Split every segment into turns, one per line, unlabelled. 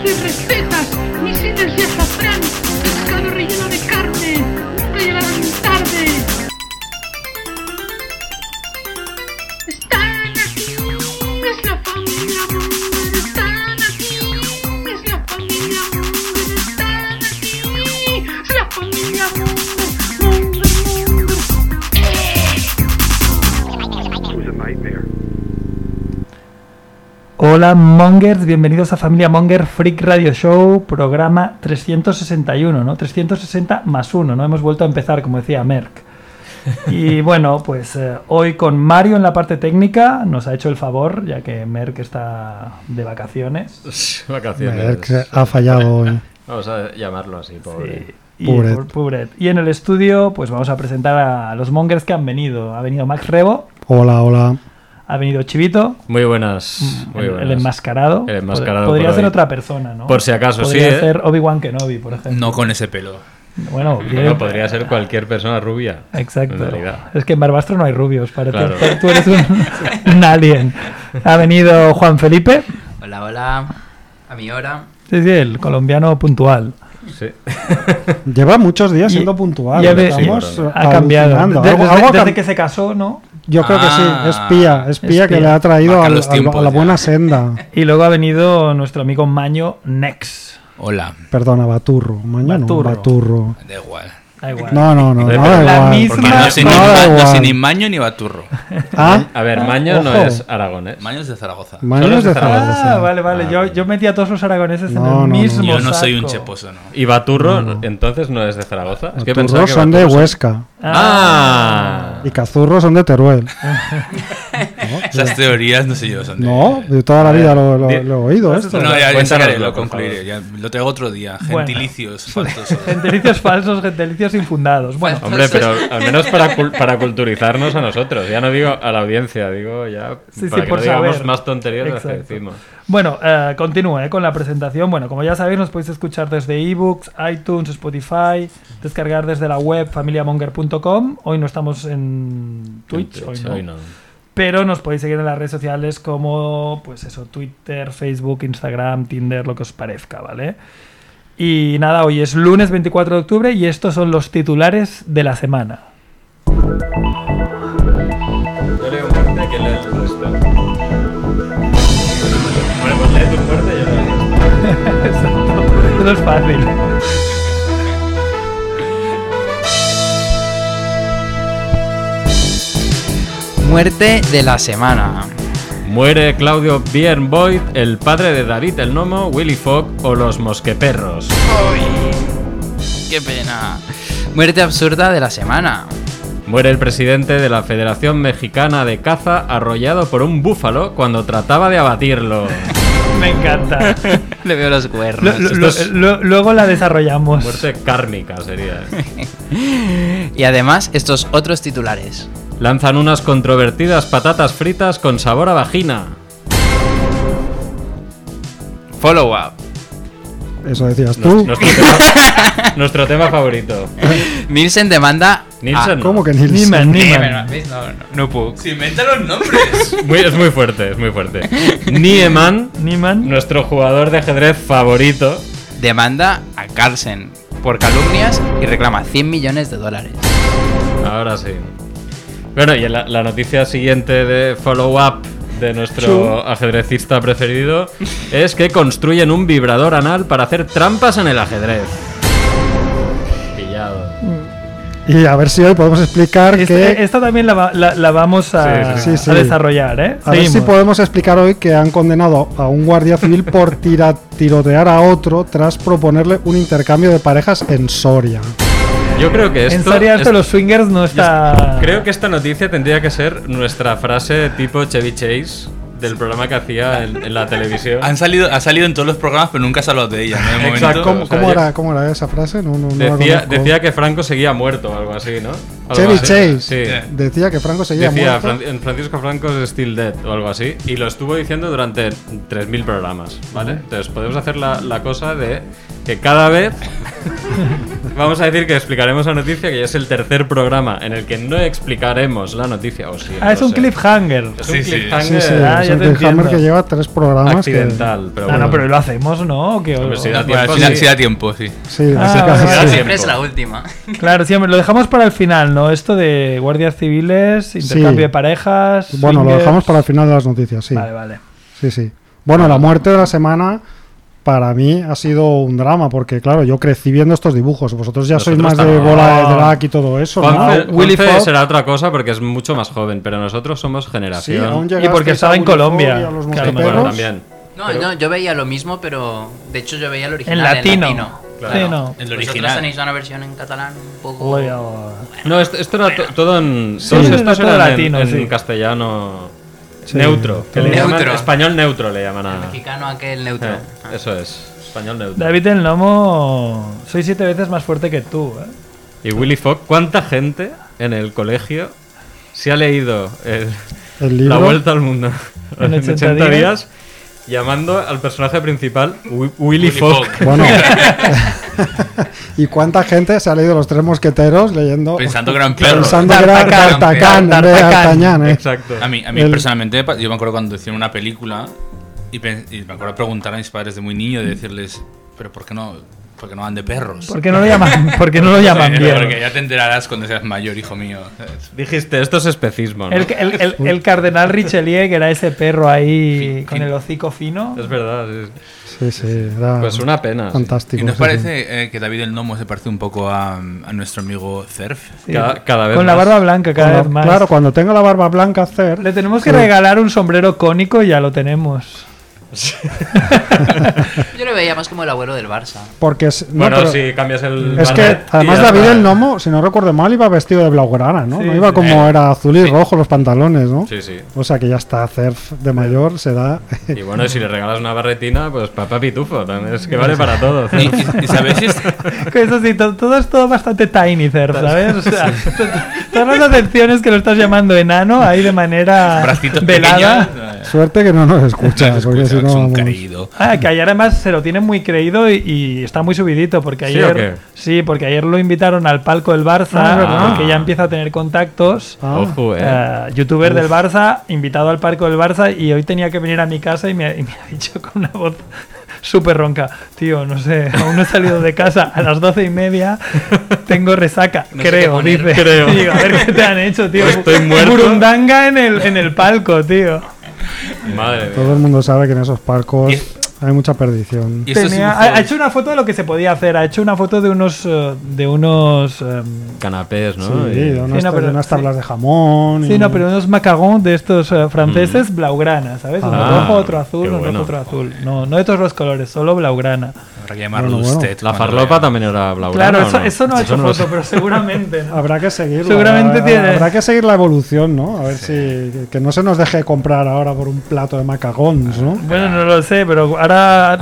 lentejas, mis indias de azafrán, pescado relleno de carne, nunca llegarán tarde. Están aquí, es la familia Munger, están aquí, es la familia Munger, están aquí, es la familia Munger, Munger, Munger.
It was a nightmare.
Hola Mongers, bienvenidos a Familia Monger Freak Radio Show, programa 361, ¿no? 360 más 1, ¿no? Hemos vuelto a empezar, como decía Merck. Y bueno, pues eh, hoy con Mario en la parte técnica nos ha hecho el favor, ya que Merck está de vacaciones.
Merck
Vacaciones.
ha fallado hoy.
Vamos a llamarlo así, pobre.
Sí, Eh, Y,
Pobret.
por- pobret. y en el estudio, pues vamos a presentar a los Mongers que han venido. Ha venido Max Rebo,
Hola, hola.
ha venido Chivito,
Muy buenas. Muy
Mm, el, el
buenas.
enmascarado.
El enmascarado
Podría
por
ser
hoy.
otra persona, ¿no?
Por si acaso,
Podría
sí, ¿eh?
ser Obi-Wan Kenobi, por ejemplo.
No con ese pelo.
Bueno, bien.
Bueno, podría ser cualquier persona rubia.
Exacto.
En realidad.
Es que en Barbastro no hay rubios, parece.
Claro.
Tú- Tú eres un, un alien. Ha venido Juan Felipe,
Hola, hola. A mi hora.
sí, sí, el colombiano puntual.
Sí.
Lleva muchos días
Y-
siendo puntual. ¿eh?
ya ve-
estamos
Sí, claro.
Ha cambiado.
alucinando.
De-
Algo-
desde,
algo ha
desde
cam-
que se casó, ¿no?
Yo creo que sí,
Ah,
es pía, es pía que
espía.
le ha traído
Marca
al-
los
al-
tiempos
a la
ya.
buena senda.
Y luego ha venido nuestro amigo Maño Nex.
Hola.
Perdona, Baturro. Mañana
Baturro.
no, Baturro.
Da igual.
Da igual.
No, no, no, no,
La
da igual.
misma-
Porque no sé, ni,
Ah, No, da
ma- no sé
igual.
ni maño ni baturro.
Ah,
A ver, Maño no
Ojo.
es aragonés.
Maño es de Zaragoza.
Mañana
Solo
es
se
de
trabaja.
Zaragoza.
Ah, vale, vale. Yo, yo metí a todos los aragoneses
No,
en el
no, no.
mismo
Yo no soy un
saco.
cheposo, no.
Y Baturro, entonces, no es de Zaragoza. Es que pensaba
Baturros
que
son de
Baturro-
Huesca
¡Ah!
y Cazurros son de Teruel.
Esas teorías no sé yo dónde.
No, de toda la vida lo, lo-
Di-
lo he oído esto.
No, ya- ya,
Cuéntanoslo,
sacaré, lo
por
concluiré.
favor.
ya lo traigo otro día.
Bueno.
Gentilicios falsos.
Gentilicios falsos, gentilicios infundados. Bueno,
Hombre, pero al menos para, cul- para culturizarnos a nosotros. Ya no digo a la audiencia, digo ya
Sí,
para
sí,
que
por
no digamos
saber.
más tonterías de las que
Exacto.
decimos.
Bueno, eh, continúo eh, con la presentación. Bueno, como ya sabéis, nos podéis escuchar desde ebooks, iTunes, Spotify, descargar desde la web familiamonger.com. Hoy no estamos en Twitch,
En
hoy
Twitch,
no. pero nos podéis seguir en las redes sociales como, pues eso, Twitter, Facebook, Instagram, Tinder, lo que os parezca, ¿vale? Y nada, hoy es lunes 24 de octubre y estos son los titulares de la semana.
Yo leo un parte que leo el resto. Bueno, pues lee tu parte y yo leo el resto.
Eso es fácil.
Muerte de la semana.
Muere Claudio Bienboy, el padre de David el Nomo, Willy Fogg o los Mosqueperros.
¡Qué pena! Muerte absurda de la semana.
Muere el presidente de la Federación Mexicana de Caza arrollado por un búfalo cuando trataba de abatirlo.
Me encanta.
Le veo los
Lo-
cuernos.
lo- lo- lo- luego la desarrollamos.
Muerte kármica sería. ¿eh?
eh.
Y además, estos otros titulares.
Lanzan unas controvertidas patatas fritas con sabor a vagina.
Follow up.
Eso decías
Nos-
tú.
Nuestro tema, nuestro tema favorito.
Nielsen demanda.
Nielsen. no.
¿Cómo que Nils?
Niman,
a- Eh,
Niman.
pero, ¿ves? No, no, no puedo.
Se inventan los nombres.
Muy- es muy fuerte, es muy fuerte. Nieman,
Niman.
nuestro jugador de ajedrez favorito,
Demanda a Carlsen por calumnias y reclama 100 millones de dólares.
Ahora sí. Bueno, y la, la noticia siguiente de follow-up de nuestro ajedrecista preferido es que construyen un vibrador anal para hacer trampas en el ajedrez. Pillado.
Y a ver si hoy podemos explicar
Este-
que.
esta también la, va- la- la vamos a,
Sí,
sí, sí.
a desarrollar, ¿eh?
A ver si
Seguimos.
podemos explicar hoy que han condenado a un guardia civil por tira- tirotear a otro tras proponerle un intercambio de parejas en Soria.
Yo creo que esto.
en Soria esto
es-
de los swingers no está...
Creo que esta noticia tendría que ser nuestra frase tipo Chevy Chase del programa que hacía en, en la televisión.
Ah,
Han salido, ha salido en todos los programas, pero nunca has hablado de ella. ¿no? De momento.
Exacto.
¿Cómo,
o sea,
cómo
yo-
era, cómo era esa frase? No, no, no la
Decía,
conozco.
decía que Franco seguía muerto o algo así, ¿no? Algo
Chevy
así.
Chase.
Sí.
Decía que Franco seguía
Decía
muerto.
Fran- en Francisco Franco es Still Dead o algo así. Y lo estuvo diciendo durante 3.000 programas, ¿vale? Entonces podemos hacer la, la cosa de que cada vez Vamos a decir que explicaremos la noticia, que ya es el tercer programa en el que no explicaremos la noticia. O sí,
Ah, es
no
un
sé.
cliffhanger.
Es un
Sí, sí.
cliffhanger
Sí, sí,
Ah,
es
ya
el
te entiendo.
Hammer que lleva tres programas. que-
accidental. Pero
Ah,
bueno.
no, pero lo hacemos, ¿no? Que-
Hombre, sí, da
Bueno,
tiempo,
si, da,
sí.
si da tiempo, sí.
Sí,
Ah,
así
vale,
que-
vale.
sí.
Siempre
Siempre es la última.
Claro, siempre lo dejamos para el final, ¿no? Esto de guardias civiles, intercambio de parejas.
Bueno, lo
swingers.
dejamos para el final de las noticias, sí.
Vale, vale.
Sí, sí. Bueno, la muerte de la semana para mí ha sido un drama, porque claro, yo crecí viendo estos dibujos. Vosotros ya sois
Nosotros
más de
también.
bola
Ah.
de drag y todo eso,
Juanfe-
¿no? Willy
Juanfe
Fox.
será otra cosa porque es mucho más joven, pero nosotros somos
Sí, aún
generación.
llegasteis
porque
a
estaba en
Willy Fox
Colombia,
y a los
que a lo mejor
Sí, bueno,
mosqueteros.
también.
No, no, yo veía lo mismo, pero de hecho yo veía el original.
En latino.
En latino.
Claro.
Sí, no.
El
Vosotros
original.
tenéis una versión en catalán un poco.
Voy a-
No, esto, esto era to- todo en. todos
era
estos
todo
eran en-
latino,
en,
sí.
castellano.
Sí,
neutro. que le
todo.
llaman-
Neutro.
español neutro le llaman a.
Mexicano aquel neutro. Ah.
Eh, eso es. Español neutro.
David el Lomo, soy siete veces más fuerte que tú. ¿eh?
Y Willy Fogg, ¿cuánta gente en el colegio se ha leído el-
El libro.
La Vuelta al Mundo
En 80 días?
Llamando al personaje principal Wi- Willy, Fogg.
Bueno. ¿Y cuánta gente se ha leído Los Tres Mosqueteros leyendo?
Pensando que eran perros.
Pensando que era
Tartacán,
Tartacán, en vez de
Tartacán.
Artañán, ¿eh?
Exacto.
A mí, a mí
El-
personalmente, me pa- yo me acuerdo cuando hicieron una película y, pen- y me acuerdo preguntar a mis padres de muy niño y decirles, pero ¿por qué no, por qué no van de perros?
¿Por qué no lo llaman, por qué no lo llaman
Eh, Porque
bien?
ya te enterarás cuando seas mayor, hijo mío. ¿sabes?
Dijiste, esto es especismo. ¿no?
El, el- el- el cardenal Richelieu, que era ese perro ahí con el hocico fino.
Es verdad. sí, sí.
Sí, sí,
Ah,
era
Pues una pena. sí.
fantástico.
¿Y nos
sí, sí.
parece eh, que David el Nomo se parece un poco a, a nuestro amigo Cerf?
Sí.
Cada, cada vez
Con la
más.
barba blanca cada
Cuando-
vez más.
Claro, cuando tenga la barba blanca hacer.
Le tenemos que
Sí.
regalar un sombrero cónico y ya lo tenemos.
Yo lo veía más como el abuelo del Barça.
Porque es, no,
Bueno,
pero
si cambias el.
es que
barret y
además
ya
David
está.
el Nomo, si no recuerdo mal, iba vestido de blaugrana, ¿no?
Sí,
no iba
sí.
como era azul y rojo los pantalones, ¿no?
Sí, sí.
O sea que ya está Cerf de mayor, se da.
Y bueno, si le regalas una barretina, pues papá pitufo. también Es que vale para todo.
¿Y, y- y sabéis si es-
Que Eso sí, to- todo es todo bastante tiny, Cerf, ¿sabes? O sea, to- todas las acepciones que lo estás llamando enano, ahí de manera
bracitos
velada.
pequeños?
Suerte que no nos escucha,
eh, Escucha,
porque si
es
no.
un
vamos.
querido.
Ah, que ayer además se lo tiene muy creído y, y está muy subidito porque
¿Sí
ayer
o qué?
sí, porque ayer lo invitaron al palco del
Ah, es
Barça
verdad.
porque ya empieza a tener contactos.
Ah,
Ojo, eh.
Eh, youtuber del Barça, invitado al palco del Barça y hoy tenía que venir a mi casa y me, y me ha dicho con una voz súper ronca, tío, no sé, aún no he salido de casa a las doce y media, tengo resaca,
No sé qué
creo,
poner,
dice.
creo.
Y digo, a ver qué te han hecho, tío.
Estoy muerto.
Burundanga en el, en el palco, tío.
Madre mía.
Todo el mundo sabe que en esos parcos
Y es-
hay mucha perdición.
Y estos
Tenía- ha,
dibujos-
ha hecho una foto de lo que se podía hacer. Ha hecho una foto de unos. eh, de unos. em,
Canapés, ¿no?
Sí,
Y-
de unas,
Sí, no,
tab-
pero-
unas tablas
sí.
de jamón.
sí,
y-
no, pero unos macarons de estos eh, franceses, blaugrana, ¿sabes? Uno
Mm. Ah,
rojo, otro azul,
qué
uno
bueno.
rojo, otro azul. No, no de todos los colores, solo blaugrana.
Habrá que llamarlo
Bueno, bueno.
usted.
La
cuando
farlopa
vea.
también era blaugrana.
Claro,
¿o
eso, eso no ha hecho
lo
foto,
sé.
pero seguramente. ¿no?
Habrá que seguirlo.
Seguramente
habrá,
tiene-
habrá que seguir la evolución, ¿no? A ver si. Que no se nos deje comprar ahora por un plato de macarons, ¿no?
Bueno, no lo sé, pero ahora.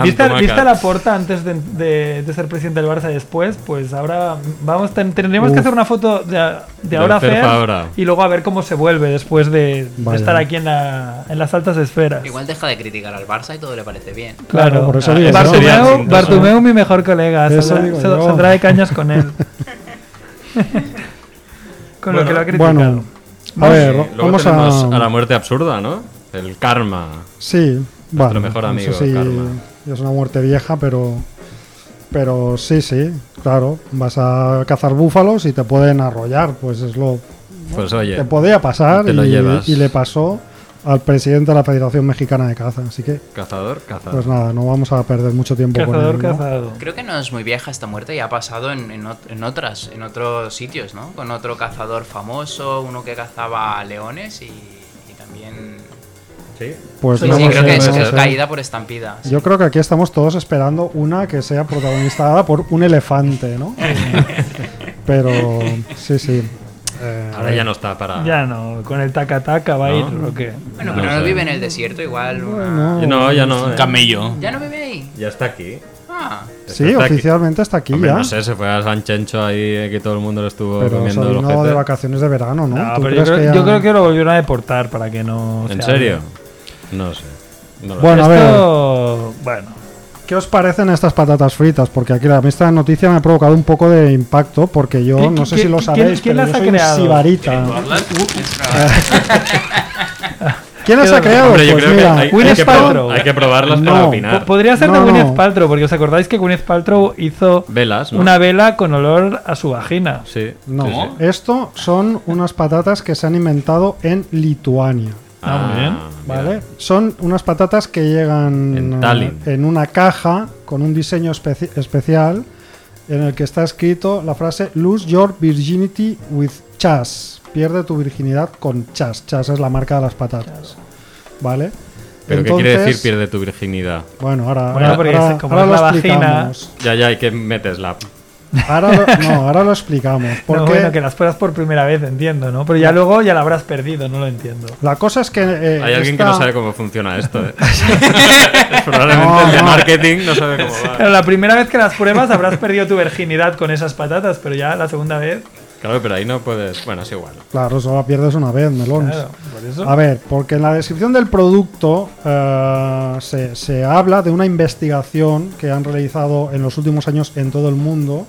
¿Viste,
Antomaca.
viste a la porta antes de, de- de ser presidente del Barça después? Pues ahora vamos, ten- tendríamos que
Uf.
hacer una foto de, a- de
Del
ahora a
Cerf
Fer
ahora.
y luego a ver cómo se vuelve después de, de
Vaya.
estar aquí en, la- en las altas esferas.
Igual deja de criticar al Barça y todo le parece bien.
Claro,
Claro, por eso
Ah,
digo,
sería
Bartomeu,
exitoso.
Bartomeu, mi mejor colega,
Eso
saldrá,
digo
se-
yo.
saldrá de cañas con él. con lo que lo ha criticado.
Bueno, a
Sí,
ver,
luego
vamos a.
tenemos a la muerte absurda, ¿no? El karma.
Sí, bueno.
mejor
no
amigo,
sé si
Karma.
Es una muerte vieja, pero. Pero sí, sí, claro. Vas a cazar búfalos y te pueden arrollar, pues es lo
Pues oye.
que podía pasar
Te lo
y,
llevas.
y le pasó al presidente de la Federación Mexicana de Caza. Así que,
Cazador, cazador.
pues nada, no vamos a perder mucho tiempo
cazador,
con él. ¿no?
cazado.
Creo que no es muy vieja esta muerte y ha pasado en, en ot- en otras, en otros sitios, ¿no? Con otro cazador famoso, uno que cazaba leones y, y también...
Sí.
Pues
Sí,
no
sí,
lo
creo
sé,
que
no
es,
lo
que es
sé.
caída por estampida. sí.
Yo creo que aquí estamos todos esperando una que sea protagonizada por un elefante, ¿no? Pero sí, sí. Eh,
Ahora ya no está para.
Ya no, con el taca-taca va a
¿No?
ir o qué.
Bueno,
No
pero no,
sé.
vive en el desierto, igual una-
Bueno.
No, ya no. eh.
Camello.
¿Ya no vive ahí?
Ya está aquí.
Ah,
Sí,
Está aquí.
oficialmente está aquí
Hombre,
ya.
no sé, se fue a Sanchencho ahí eh, que todo el mundo lo estuvo
Pero se
comiendo el
vino
ojete.
de vacaciones de verano, ¿no?
No,
¿Tú
pero yo
crees
creo,
que ya-
yo creo que lo volvieron a deportar para que no.
¿En
sea-
serio? No sé. No lo
Bueno, a ver.
Esto, bueno,
¿Qué os parecen estas patatas fritas? Porque aquí la esta noticia me ha provocado un poco de impacto, porque yo
¿Qui-
no sé
qui-
si lo
qui-
sabéis,
quién- quién
pero
las
yo
ha
soy un
creado?
sibarita.
Hablar, uh, es raro.
¿Quién las ha creado?
Hombre, yo
Pues
creo que
mira,
hay, hay
Gwyneth
que probar-
Paltrow.
hay que probarlas para
No,
opinar.
Po- Podría ser de
No,
Gwyneth
no.
Paltrow, porque os acordáis que Gwyneth Paltrow hizo
Velas, ¿no?
una vela con olor a su vagina.
Sí.
no,
sí, sí.
esto son unas patatas que se han inventado en Lituania.
Ah, muy bien.
mira.
¿Vale? Son unas patatas que llegan
En
eh,
Tallinn.
en una caja con un diseño especi- especial en el que está escrito la frase Lose your virginity with chas. Pierde tu virginidad con chas. Chas es la marca de las patatas. ¿Vale?
¿Pero qué quiere decir
Entonces-
pierde tu virginidad?
Bueno, ahora,
Bueno,
ahora-
porque
ahora-
es- como
ahora
es la
lo
vagina-
explicamos.
Ya, ya, ¿y qué metes la...?
Ahora lo, no, ahora lo explicamos. Porque
No, bueno, que las pruebas por primera vez, entiendo, ¿no? Pero ya luego ya la habrás perdido, no lo entiendo.
la cosa es que... eh,
Hay alguien que no
esta-
sabe cómo funciona esto, ¿eh? Probablemente el de
no.
marketing no sabe cómo va.
Claro, la primera vez que las pruebas habrás perdido tu virginidad con esas patatas, pero ya la segunda vez,
Claro, pero ahí no puedes... Bueno, es igual.
Claro, solo la pierdes una vez, melón.
claro, por eso.
Ah,
A ver, porque en la descripción del producto eh, se, se habla de una investigación que han realizado en los últimos años en todo el mundo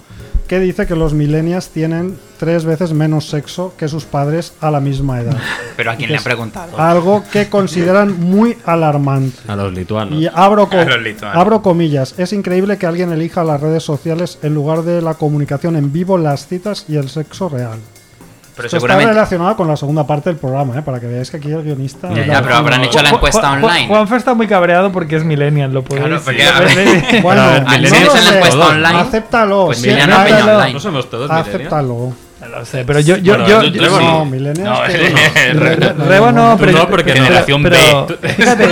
que dice que los millennials tienen tres veces menos sexo que sus padres a la misma edad.
Pero a quién le han preguntado.
Ah,
Algo que consideran muy alarmante.
A los lituanos.
Y abro, co-
Claro,
¿eh?
lituano.
abro comillas. Es increíble que alguien elija las redes sociales en lugar de la comunicación en vivo, las citas y el sexo real.
Pero
pues
Esto está
Pues seguramente.
relacionado con la segunda parte del programa, ¿eh? para que veáis que aquí el guionista.
Ya, ya, pero habrán hecho la
Ju-
encuesta
Ju- Ju-
online.
Juanfe está muy cabreado porque es millennial, lo podéis.
Claro, porque a ver,
Bueno,
Pero,
no
millennials
lo
en la
sé.
encuesta online.
Acéptalo.
Pues
sí,
Millennial
acéptalo,
Peña Online.
No somos todos millennials.
Acéptalo.
No lo sé, pero yo, yo,
Bueno,
yo,
tú-
yo-
tú
No,
sí.
millennials.
No,
que-
eh,
Re-
Re-
no,
Rebo no,
Tú
pero
no, porque
pero-
generación
pero-
B.
Fíjate,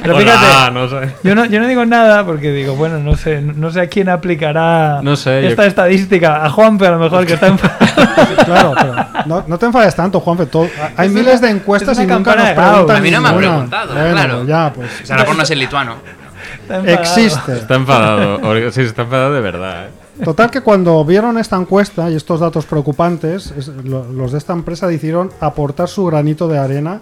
pero
Hola,
fíjate,
no sé.
yo no, yo no digo nada porque digo, bueno, no sé, no sé a quién aplicará
No sé, yo-
esta estadística, a Juanpe a lo mejor que está en
Claro, pero no, no te enfades tanto, Juanfe. todo- hay
Es
miles
una-
de encuestas
es
y
una
nunca nos
campana de Gauss.
preguntan.
A mí no me han
ninguna.
preguntado,
Bueno,
claro.
ya, pues.
Será por no ser lituano.
está enfadado.
Existe.
Está enfadado. Or- Sí, está enfadado de verdad, ¿eh?
Total que cuando vieron esta encuesta y estos datos preocupantes, es- lo- los de esta empresa decidieron aportar su granito de arena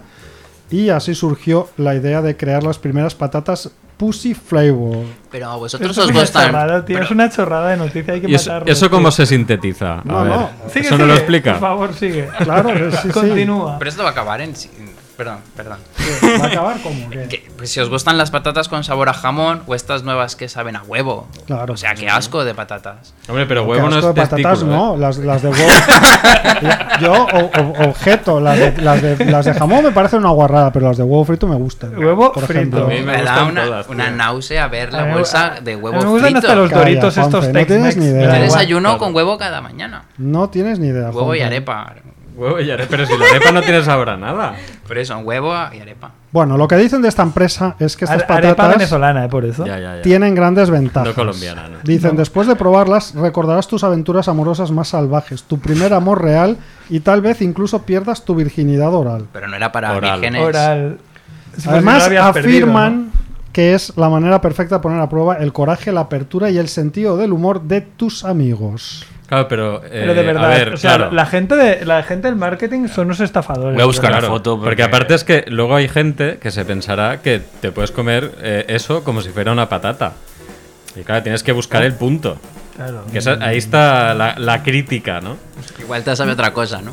y así surgió la idea de crear las primeras patatas Pussy Flavor.
Pero a
Esto
vosotros
Es
os
una
gustan.
chorrada, tío, es una chorrada de noticia, hay que
¿Y eso,
matarlo,
eso
tío.
cómo se sintetiza? A
No,
ver.
no.
Sigue,
¿Eso no lo
sigue,
explica?
Por favor, sigue.
Claro, que sí, sí.
Continúa.
Pero esto va a acabar en. si- Perdón, perdón.
¿Va a acabar como que?
Que, pues, si os gustan las patatas con sabor a jamón o estas nuevas que saben a huevo.
Claro.
O sea, qué asco de patatas.
Hombre, pero
Qué
huevo no
asco
es
de patatas,
testículo, ¿eh?
no, las, las de huevo. Yo, o- o- objeto, las de, las, de, las de jamón me parecen una guarrada, pero las de huevo frito me gustan.
Huevo frito. A
mí me
Me da
gustan
una,
todas, tío.
una náusea ver la
A mí-
bolsa de
a
huevo
mí Me gustan
frito.
hasta los
Calla,
doritos
Juanfe,
estos
no
Tex-Mex.
tienes ni idea.
Me da
Yo
Pero
igual.
desayuno
claro.
con huevo cada mañana.
No tienes ni idea.
Huevo y
Juanfe.
arepa.
Huevo y arepa. Pero si la arepa no tiene sabor a nada.
Por eso, huevo y arepa.
Bueno, lo que dicen de esta empresa es que estas
Are- Arepa
patatas
venezolana, ¿eh? por eso.
Ya, Ah, ya, ya.
tienen grandes ventajas.
No colombiana, ¿no?
Dicen, después de probarlas, recordarás tus aventuras amorosas más salvajes, tu primer amor real y tal vez incluso pierdas tu virginidad oral.
Pero no era para
Oral.
vírgenes.
Oral. Sí, pues
Además,
si no lo habías
afirman
perdido, ¿no?
que es la manera perfecta de poner a prueba el coraje, la apertura y el sentido del humor de tus amigos.
Claro, pero... eh,
Pero de verdad,
a ver,
o sea,
claro.
la, gente de, la gente del marketing son unos estafadores.
Voy a buscar
¿verdad?
la foto.
Porque... aparte es que luego hay gente que se pensará que te puedes comer eh, eso como si fuera una patata. Y claro, tienes que buscar el punto.
Claro.
Que esa- ahí está la, la crítica, ¿no?
Igual te sabe otra cosa, ¿no?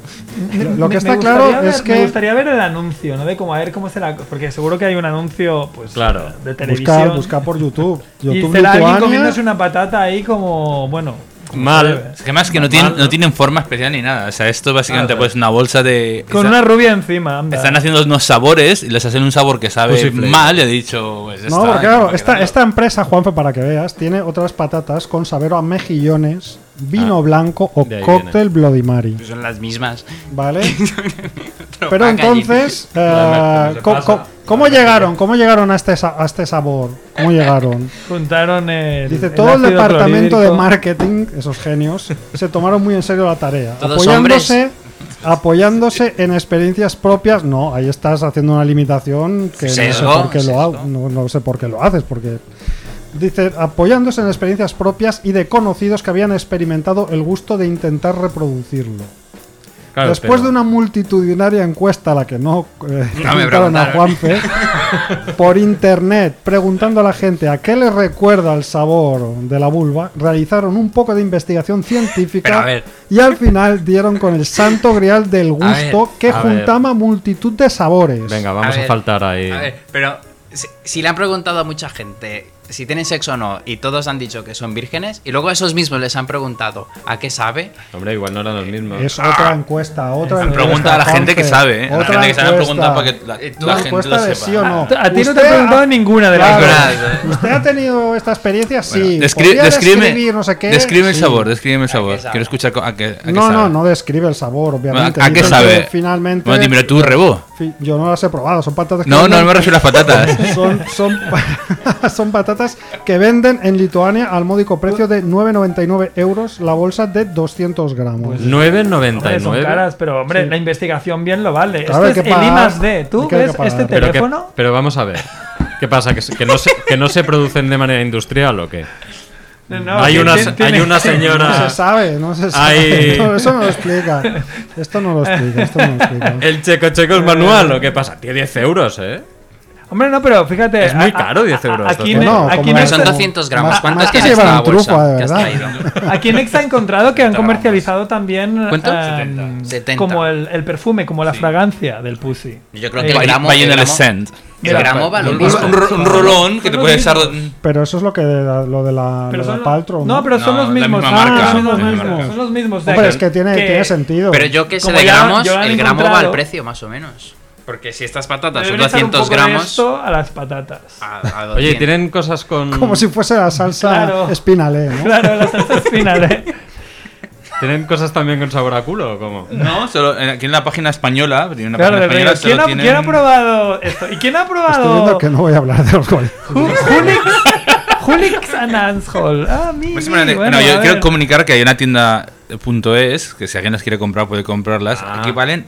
Lo-
Me-
Lo que está
me
claro
gustaría
es
ver-
que
Me gustaría ver el anuncio, ¿no? De cómo a ver cómo será. Porque seguro que hay un anuncio, pues.
Claro.
De televisión.
buscar buscar por YouTube.
y
YouTube
será alguien
Lituania.
comiéndose una patata ahí como. Bueno. como
Mal.
se debe.
Es que más que no tienen, no tienen forma especial ni nada. O sea, esto es básicamente
Nada.
pues una bolsa de.
Con
está-
una rubia encima, anda.
Están haciendo unos sabores y les hacen un sabor que sabe
Pussy flavor.
mal y he dicho, pues ya
Pues No,
está,
porque claro,
tengo que
esta,
darlo.
esta empresa, Juanfe, para que veas, tiene otras patatas con sabor a mejillones, vino
Ah,
blanco o
de ahí
cóctel Bloody Mary.
Pues son las mismas.
¿Vale?
Otro
Pero
packaging.
entonces, eh,
se
¿cómo,
pasa,
cómo- cómo llegaron? ¿Cómo llegaron a este, sa- a este sabor? ¿Cómo llegaron?
Juntaron el.
Dice,
el
todo el
ácido
departamento de
clorhídrico".
marketing, esos genios, se tomaron muy en serio la tarea.
Todos
apoyándose, apoyándose en experiencias propias. No, ahí estás haciendo una limitación que
Sesgo,
no sé por qué lo
sesgo.
hago- no, no sé por qué lo haces, porque. Dice, apoyándose en experiencias propias y de conocidos que habían experimentado el gusto de intentar reproducirlo.
Claro,
Después
pero-
de una multitudinaria encuesta a la que no, eh,
No me
preguntaron a
preguntaron.
Juanfe, por internet preguntando a la gente a qué le recuerda el sabor de la vulva, realizaron un poco de investigación
Pero
científica
a ver.
y al final dieron con el santo grial del
ver,
gusto que
a ver.
juntaba multitud de sabores.
Venga, vamos a,
ver,
faltar ahí.
A ver, pero si, si le han preguntado a mucha gente si tienen sexo o no y todos han dicho que son vírgenes y luego esos mismos les han preguntado a qué sabe,
Hombre, igual no eran los mismos.
Es otra encuesta, otra
Me
encuesta.
pregunta a la gente que
Juanfe.
sabe, ¿eh? La
Otra
gente que sabe me pregunta
encuesta.
para que la,
Eh,
Una
la gente
encuesta
lo
de
sepa.
sí o no.
A ti no te
Usted
he
ha-
preguntado ninguna de las
Claro.
cosas.
Ninguna.
¿Usted ha tenido esta experiencia? Sí.
¿eh? Bueno, descri-
¿Podría
describe,
describir no sé qué?
describe el
Sí.
sabor, describe el sabor.
sabe?
Quiero escuchar co- a qué, a qué
No,
sabe.
no, no describe el sabor,
Bueno,
obviamente.
¿A, a qué
Dicen
sabe?
que Finalmente.
Bueno, dímelo tú, Rebo.
fi- Yo no las he probado, son patatas. que
No, no,
venden-
no me refiero a las patatas.
Son, son, pa- son patatas que venden en Lituania al módico precio de 9,99 euros la bolsa de 200
Pues,
gramos.
9.99.
Hombre, son caras, pero hombre, la investigación bien lo vale.
Claro,
este
hay que
es el I
pagar.
más D.
Hay
¿Tú
que- hay que
ves
pagar.
este
pero, que-
teléfono?
pero vamos a ver. ¿Qué pasa? ¿Que, se- que no se, ¿Que no se producen de manera industrial o qué?
No,
hay,
que
una,
tiene-
hay
tiene-
una
No
señora.
se sabe, no se sabe.
Ay.
No, eso no lo explica. Esto no lo explica, esto no lo explica.
El checo checo es
Eh,
manual o qué pasa? Tiene 10 euros, ¿eh?
Hombre, no, pero fíjate.
Es muy
a- a-
caro, 10 euros,
Aquí,
doctor.
me-
No,
aquí,
como
me-
Más-
son 200 gramos.
más-
¿Cuántos
más que
tienes en
llevan
la
un trufa,
bolsa
de
que has
verdad.
traído?
aquí en Exa he encontrado que han comercializado también.
¿Cuánto?
eh,
70.
Como el, el perfume, como la fragancia del pussy.
Yo creo
Eh,
que el
Vayan-
gramo,
Vayan
el
al
gramo,
stand.
el gramo vale
pues,
Un,
un
un-
poco.
un rolón que te puede echar.
Pero eso es lo que de- lo de la, lo de
son-
Paltrow.
No, pero son
No,
los
la
mismos.
misma
Ah,
marca,
son los
la misma
mismos.
marca.
Son los mismos. o sea,
Hombre, es que tiene,
que-
tiene sentido.
Pero yo que sé
Como
de
ya-
gramos,
ya han
el gramo va
encontrado-
al precio más o menos. Porque si estas patatas son
Deberían echar un
200
poco de
gramos... Ah,
esto a las patatas.
a- a
Oye,
200.
tienen cosas con.
Como si fuese la salsa
Mm. Claro.
espinalé, ¿no?
Claro, las salsas finales.
¿Tienen cosas también con sabor a culo o cómo?
No, solo en- aquí en la página española. tiene una
Claro,
página
del
española,
rollo,
solo
¿Quién ha,
tienen-
quién ha probado esto? ¿Y quién ha
Estoy viendo
probado
que no voy a hablar de alcohol.
Julix? Julix and Anshol. Ah, mi,
Pues
mi,
simplemente-
bueno,
bueno,
a
yo quiero
ver.
comunicar que hay una tienda punto .es que si alguien las quiere comprar puede comprarlas.
Ah.
Aquí valen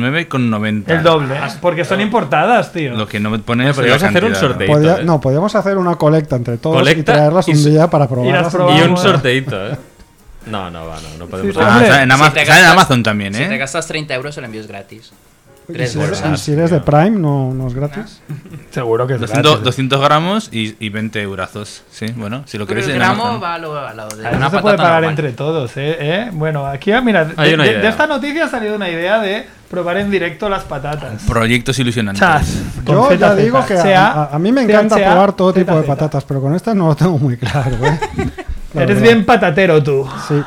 19,90.
El doble, porque son importadas, tío.
Lo que no me pone es
podríamos
la
hacer un
cantidad, ¿no?
sorteo.
Podía-
¿eh?
no, podríamos hacer una colecta entre todos
Colecta
y traerlas
y
un
s-
día para
las
probarlas.
probamos.
Y
Vamos,
un
bueno.
sorteito, ¿eh? No, no va, no, no podemos.
Sí,
Ah,
Hombre,
sale en, Ama-
si te
sale en
gastas-
Amazon también,
Si te
¿eh?
gastas 30 euros, el envío es gratis.
Y
Tres
si eres-
bolsas.
y si eres de Prime, no, no es gratis.
Seguro que es
200,
gratis.
200 gramos y, y 20 eurazos. Sí, bueno, si lo
Pero
queréis
el
en
gramo
Amazon.
va al al lado de
Eso
una
se puede
patata
pagar
normal.
entre todos, ¿eh? ¿eh? Bueno, aquí, mira, de,
Hay una
de-
idea.
de esta noticia ha salido una idea de probar en directo las patatas.
Proyectos ilusionantes.
Chas. con
Yo ya
ZZ,
digo que a,
CA,
a- a mí me encanta
CHA,
probar todo tipo de
ZZ.
patatas, pero con esta no lo tengo muy claro. ¿eh? La
Eres
verdad.
bien patatero tú.
Sí.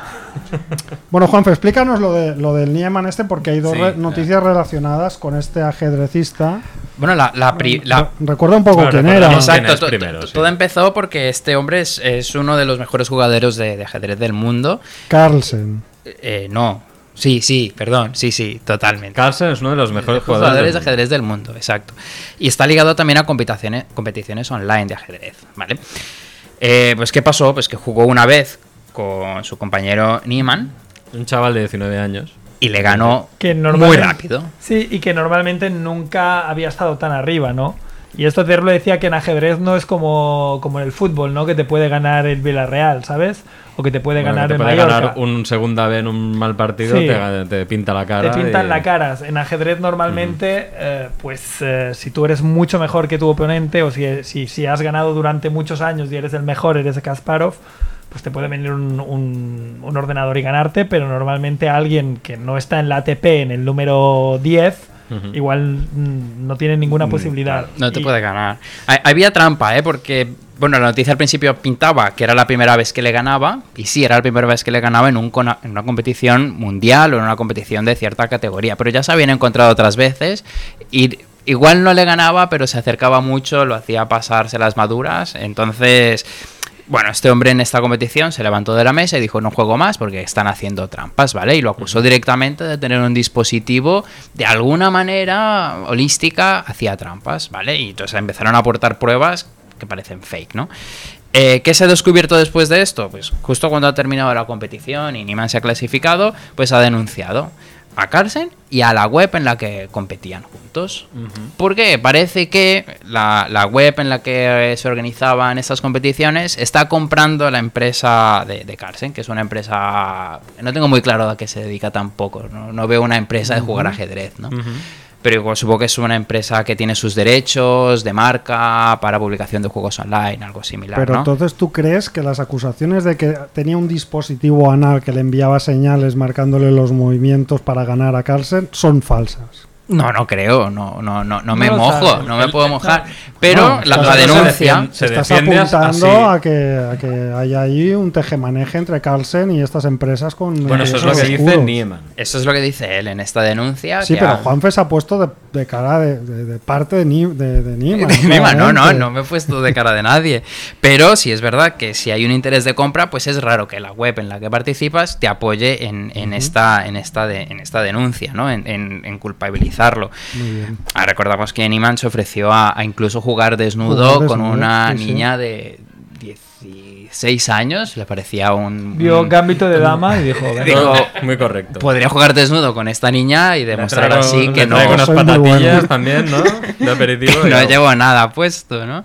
Bueno, Juanfe, explícanos lo, de, lo del Nieman este, porque hay dos
Sí,
re-
claro.
noticias relacionadas con este ajedrecista.
Bueno, la, la, pri- la-
Re- Recuerda un poco
Bueno,
quién era.
recordamos
Exacto.
quién es
to- to-
primero,
to-
sí.
todo empezó porque este hombre es, es uno de los mejores jugadores de, de ajedrez del mundo.
Carlsen.
Eh, no, sí, sí, perdón, sí, sí, totalmente.
Carlsen es uno de los mejores
jugadores,
jugadores.
de
del mundo.
ajedrez del mundo, exacto. Y está ligado también a competiciones, competiciones online de ajedrez, ¿vale? Eh, pues ¿qué pasó? Pues que jugó una vez con su compañero Niemann
Un chaval de 19 años.
y le ganó
Que
muy
normalmente-
rápido.
Sí, y que normalmente nunca había estado tan arriba, ¿no? Y esto Terlo decía que en ajedrez no es como, como en el fútbol, ¿no? Que te puede ganar el Villarreal, ¿sabes? O que te puede
Bueno,
ganar
que
el
te puede
Mallorca.
ganar un segunda B en un mal partido,
Sí.
te, te pinta la cara.
Te pintan
y-
la cara. En ajedrez normalmente, eh, pues eh, si tú eres mucho mejor que tu oponente o si, eh, si, si has ganado durante muchos años y eres el mejor, eres Kasparov, pues te puede venir un, un- un ordenador y ganarte, pero normalmente alguien que no está en la ATP, en el número 10, igual mm, no tiene ninguna posibilidad.
No te
Y-
puede ganar. Ha- Había trampa, ¿eh? Porque, bueno, la noticia al principio pintaba que era la primera vez que le ganaba, y sí, era la primera vez que le ganaba en, un cona- en una competición mundial o en una competición de cierta categoría, pero ya se habían encontrado otras veces y igual no le ganaba, pero se acercaba mucho, lo hacía pasarse las maduras, entonces... Bueno, este hombre en esta competición se levantó de la mesa y dijo no juego más porque están haciendo trampas, ¿vale? Y lo acusó directamente de tener un dispositivo de alguna manera holística hacía trampas, ¿vale? Y entonces empezaron a aportar pruebas que parecen fake, ¿no? Eh, ¿Qué se ha descubierto después de esto? Pues justo cuando ha terminado la competición y Niman se ha clasificado, pues ha denunciado a Carlsen y a la web en la que competían juntos. Porque parece que la, la web en la que eh, se organizaban estas competiciones está comprando la empresa de, de Carlsen, que es una empresa... No tengo muy claro a qué se dedica tampoco, no, no veo una empresa de jugar ajedrez, ¿no? Pero igual supongo que es una empresa que tiene sus derechos de marca para publicación de juegos online, algo similar,
Pero
¿no?
entonces tú crees que las acusaciones de que tenía un dispositivo anal que le enviaba señales marcándole los movimientos para ganar a Carlsen son falsas.
No, no creo, no, no, no, no me
No lo
mojo,
sabes.
no me puedo mojar. Pero
No,
la,
estás-
la denuncia,
denuncia se
Estás
defiende as-
apuntando
así. Ah,
a que, a que hay ahí un tejemaneje entre Carlsen y estas empresas con. eh,
Bueno, eso es lo que
intereses
dice
oscuros.
Nieman.
eso es lo que dice él en esta denuncia.
Sí,
que
pero
ha-
Juanfe se ha puesto de, de cara de, de- de parte de, Ni- de, de Niemann,
de Nima, no, no,
claramente.
no me he puesto de cara de nadie. Pero sí es verdad que si hay un interés de compra, pues es raro que la web en la que participas te apoye en, en esta, en, esta, de- en esta denuncia, ¿no? En, en- en culpabilizarlo.
Muy bien.
Ah, recordamos que Niman se ofreció a, a incluso jugar desnudo
Jugar
con
desnudo,
una
sí, sí.
niña de 16 años, le parecía un...
Vio
un-
Gambito de Dama y dijo, venga,
Digo,
Muy correcto.
Podría jugar desnudo con esta niña y demostrar
Le traigo-
así que
le
no,
traigo unas
Soy muy bueno.
patatillas también, ¿no? De aperitivo.
que no
y-
llevo nada puesto, ¿no?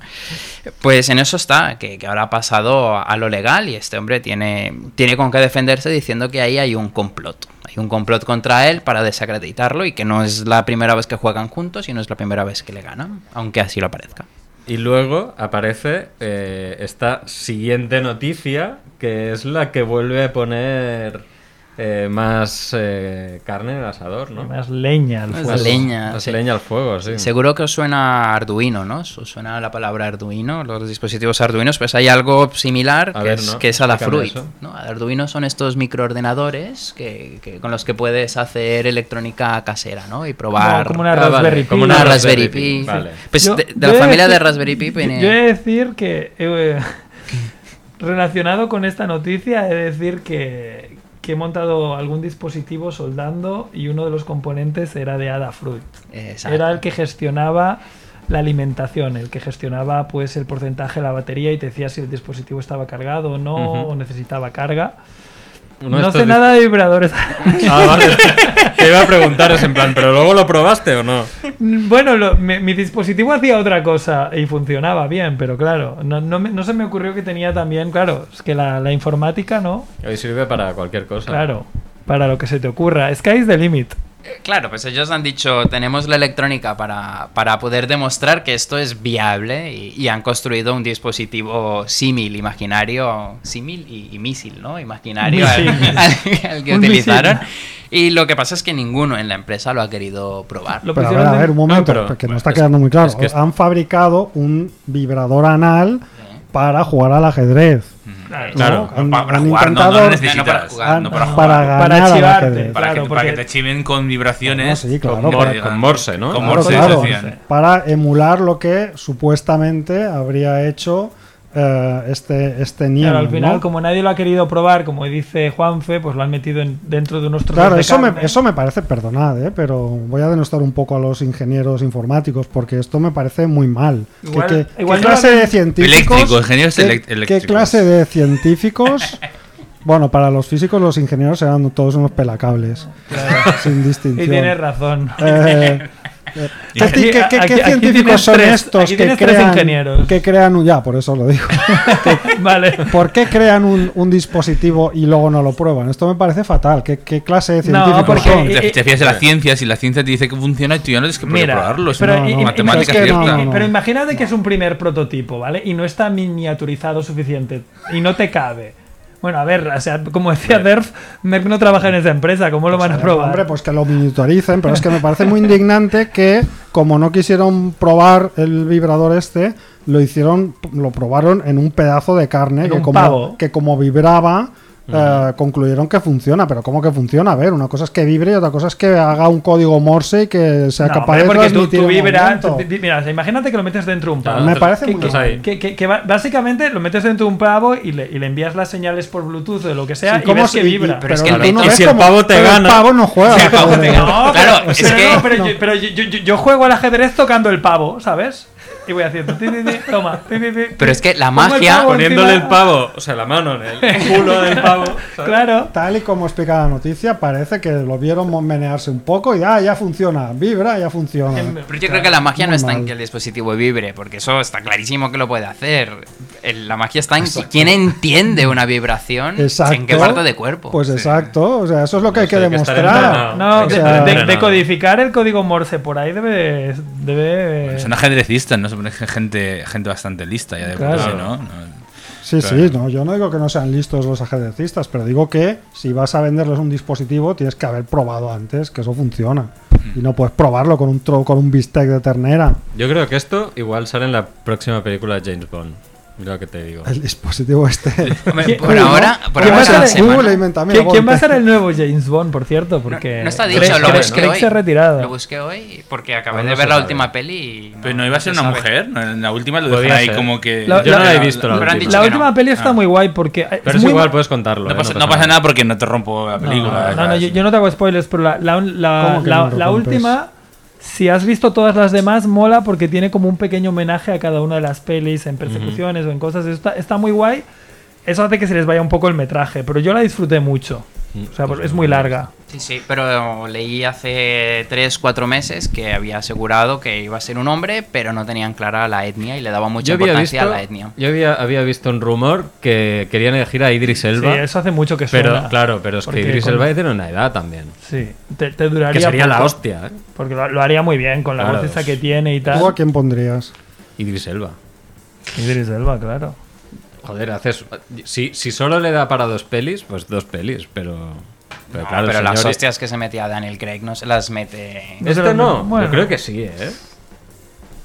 Pues en eso está, que, que ahora ha pasado a, a lo legal y este hombre tiene, tiene con qué defenderse diciendo que ahí hay un complot. Hay un complot contra él para desacreditarlo y que no es la primera vez que juegan juntos y no es la primera vez que le ganan, aunque así lo parezca.
Y luego aparece eh, esta siguiente noticia, que es la que vuelve a poner eh, más eh, carne en el asador, ¿no?
más leña al
Más
fuego.
leña,
Más
sí.
leña al fuego, Pues sí.
Seguro que os suena Arduino, ¿no? Os os suena la palabra Arduino, los dispositivos Arduinos, pues hay algo similar
A
que,
ver,
es,
¿no?
que es
Explícame
Adafruit.
eso.
¿no? Arduino son estos microordenadores que, que- con los que puedes hacer electrónica casera, ¿no? Y probar.
Como, como una
Ah, vale,
Raspberry
como
Pi.
una
Raspberry
Raspberry
Pi,
Pi.
vale.
Pues
Yo-
de, de
yo
la
he
familia de
decir-
Raspberry Pi pues, viene-
Yo he de decir que, eh, relacionado con esta noticia, he de decir que, que he montado algún dispositivo soldando y uno de los componentes era de Adafruit.
Exacto.
Era el que gestionaba la alimentación, el que gestionaba pues el porcentaje de la batería y te decía si el dispositivo estaba cargado o no,
Ujú.
o necesitaba carga.
Uno de
no
estos
sé
dis-
nada de vibradores.
Ah, vale. Te iba a preguntar, es en plan, ¿pero luego lo probaste o no?
Bueno, lo- mi, mi dispositivo hacía otra cosa y funcionaba bien, pero claro, no, no me- no se me ocurrió que tenía también, claro, es que la, la informática, ¿no?
Hoy sirve para cualquier cosa.
Claro, para lo que se te ocurra. Sky's the limit.
Eh, Claro, pues ellos han dicho, tenemos la electrónica para, para poder demostrar que esto es viable y, y han construido un dispositivo símil, imaginario, símil y, y misil, ¿no? Imaginario al,
Misil.
al- al que
Un
utilizaron. Y lo que pasa es que ninguno en la empresa lo ha querido probar.
Lo
Pero a ver,
pusieron
a
de-
ver, un momento,
pero-
porque no
bueno,
está
es-
quedando muy claro.
es que es-
Han fabricado un vibrador anal para jugar al ajedrez.
Claro.
Claro.
¿no? Han,
Pa- Mm. para
han
jugar, no, no
intentado
lo necesitas.
jugar,
han-
no
Ah, para,
para
jugar. Para
ganar al
chivarte.
ajedrez.
Para,
Claro,
que,
porque-
para que te chiven con vibraciones.
No, sí, claro,
con-
para-
con Morse, ¿no?
Con
Claro,
Morse
claro.
decían. ¿eh?
para emular lo que supuestamente habría hecho eh, este, este Niemann,
Claro, al final,
¿no?
como nadie lo ha querido probar, como dice Juanfe, pues lo han metido en- dentro de unos trozos
Claro,
de
eso me,
carne.
eso me parece, perdonad, ¿eh? pero voy a denostar un poco a los ingenieros informáticos porque esto me parece muy mal. ¿Qué-
Igual-
qué, qué
igual no
clase
lo-
de científicos?
Eléctrico, ingenieros
qué-
elec-
¿Qué
eléctricos.
clase de científicos? Bueno, para los físicos, los ingenieros eran todos unos pelacables. Sin distinción.
Y tienes razón.
Eh, eh, ¿Qué,
Aquí-
qué- qué-
aquí-
qué
aquí
científicos
tienes
son
tres-
estos
aquí
que
tienes tres
crean,
ingenieros.
que crean un- Ya, por eso lo digo.
vale.
¿Por qué crean un, un dispositivo y luego no lo prueban? Esto me parece fatal. ¿Qué, qué clase de
No,
científicos
porque-
son?
Eh,
Te,
eh,
te fías de la ciencia, si la ciencia te dice que funciona y tú ya no tienes que poder
Mira,
probarlo. Es
pero
una
y- y-
matemática
pero es que no,
cierta.
no, no.
Pero imagínate que es un primer prototipo, ¿vale? Y no está miniaturizado suficiente y no te cabe. Bueno, a ver, o sea, como decía Derf, Merck no trabaja en esa empresa, ¿cómo lo van a probar?
Hombre, pues que lo miniaturicen, pero es que me parece muy indignante que, como no quisieron probar el vibrador este, lo hicieron, lo probaron en un pedazo de carne
En
que
un
como,
pavo.
que como vibraba. eh, concluyeron que funciona, pero ¿cómo que funciona? A ver, una cosa es que vibre y otra cosa es que haga un código Morse y que sea
No, hombre,
capaz de
porque tú,
transmitir
tú
un
vibras,
movimiento.
tú- tú- mira, o sea, imagínate que lo metes dentro de un pavo.
Ah,
me
tú-
parece
que,
muy
tú sabes.
que- que- que ba- básicamente lo metes dentro de un pavo y le, y le envías las señales por Bluetooth o lo que sea
Sí,
y,
¿cómo
ves
se-
que
y- y-
vibra.
pero
es que
tú
el pito-
no
y
ves
si el
cómo-
pavo te
pero el
gana.
pavo no juega.
Si el pavo te
joder.
gana.
No,
Claro,
pero,
es
pero
que-
no, pero, yo, pero yo, yo- yo juego al ajedrez tocando el pavo, ¿sabes? y voy haciendo. ti, ti, ti, toma. ti, ti, ti, ti.
Pero es que la
Pongo el
magia-
pavo encima.
Poniéndole el pavo, o sea, la mano en el culo del pavo. ¿sabes?
Claro.
Tal y como explica la noticia, parece que lo vieron mo- menearse un poco y ah, ya funciona, vibra, ya funciona.
Pero yo
Ah.
creo que la magia no
muy
está en
mal.
que el dispositivo vibre, porque eso está clarísimo que lo puede hacer. El- La magia está en si quién entiende una vibración,
Exacto.
en qué parte de cuerpo.
Pues exacto, o sea, eso es lo que hay que
Eso hay que estar
demostrar.
entrenado.
Ah, No,
O
de-
sea-
de- decodificar el código Morse por ahí debe. debe
Son ajedrecistas, ¿no? Son gente, gente bastante lista ya de por
Claro.
sí, ¿no? No.
Sí,
Claro.
sí, no, yo no digo que no sean listos los ajedrecistas, pero digo que si vas a venderles un dispositivo tienes que haber probado antes que eso funciona. Y no puedes probarlo con un tro con un bistec de ternera.
Yo creo que esto igual sale en la próxima película de James Bond. Mira lo que te digo.
El dispositivo este.
Hombre,
¿Quién-
por
Uy, ¿no?
ahora, por
¿Quién
ahora
va a
es
ser-
una semana.
Uy, le inventa, mira,
¿Quién, quién va a
golpe.
ser el nuevo James Bond, por cierto?
No,
Porque
no está
Craig-
dicho,
Craig-
lo
Craig-
busqué
Craig
hoy.
se ha retirado.
Lo busqué hoy porque acabé
Aún
de
no
ver
se
la
sabe.
última peli. y
Pero no iba a ser
se
una
sabe.
mujer, ¿no? En la última lo
Podía
dejan ahí
ser.
como que.
La-
Yo
la-
no la he visto la,
pero han
última.
La
que
última
no. Ah.
peli está muy guay porque.
Pero es
muy-
igual, puedes contarlo.
No
¿eh?
pasa,
No
no
pasa
pasa nada porque no te rompo la
No,
película.
no, no, yo, yo no te hago spoilers, pero la, la- la-
¿Cómo que
la-
no lo
la
rompes?
última, si has visto todas las demás, mola porque tiene como un pequeño homenaje a cada una de las pelis en persecuciones o en cosas. Eso está, está muy guay. Eso hace que se les vaya un poco el metraje, pero yo la disfruté mucho.
Mm,
O sea,
pues
porque es muy larga.
Sí, sí, pero leí hace 3, 4 meses que había asegurado que iba a ser un hombre, pero no tenían clara la etnia y le daba mucha
Yo había
importancia
visto,
a la etnia.
yo había, había visto un rumor que querían elegir a Idris
Sí,
Elba.
eso hace mucho que
pero
suena.
claro, pero es que
Porque
Idris
con-
Elba ya tiene una edad también.
Sí, te, te duraría.
Que sería la
poco,
hostia, ¿eh?
Porque lo, lo haría muy bien con la
Claro.
voz esa que tiene y
¿Tú a
tal.
quién pondrías?
Idris Elba.
Idris Elba, claro.
Joder, haces. Si, si solo le da para dos pelis, pues dos pelis, pero. Pero,
No,
claro,
pero
el
las
señor-
hostias que se metía Daniel Craig no se las mete.
Este no,
Bueno.
yo creo que sí, ¿eh?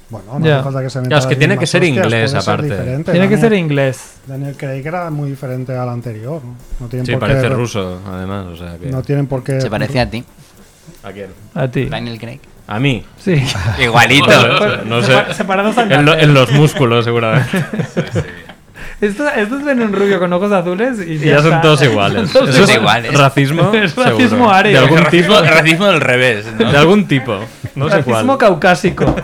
Bueno, no
Ya.
hace falta que se meta
Claro, es que
alguien
tiene que
más.
ser inglés,
puede ser
aparte.
diferente,
Tiene que
Daniel-
ser inglés.
Daniel Craig era muy diferente al anterior. ¿no? No tienen
Sí,
por qué-
parece ruso, además, o sea que.
No tienen por qué.
Se parece a ti,
¿A quién?
A ti.
Daniel Craig.
A mí.
Sí.
Igualito.
Joder, no sé.
Separ- Separados al
En, lo- en los músculos, seguramente.
Estos, estos ven un rubio con ojos azules y,
Y ya son
está.
todos iguales.
Son todos
Eso es
iguales.
Racismo.
Es racismo
seguro.
área.
De algún tipo.
Racismo, racismo del revés, ¿no?
De algún tipo. No sé cuál.
Racismo caucásico.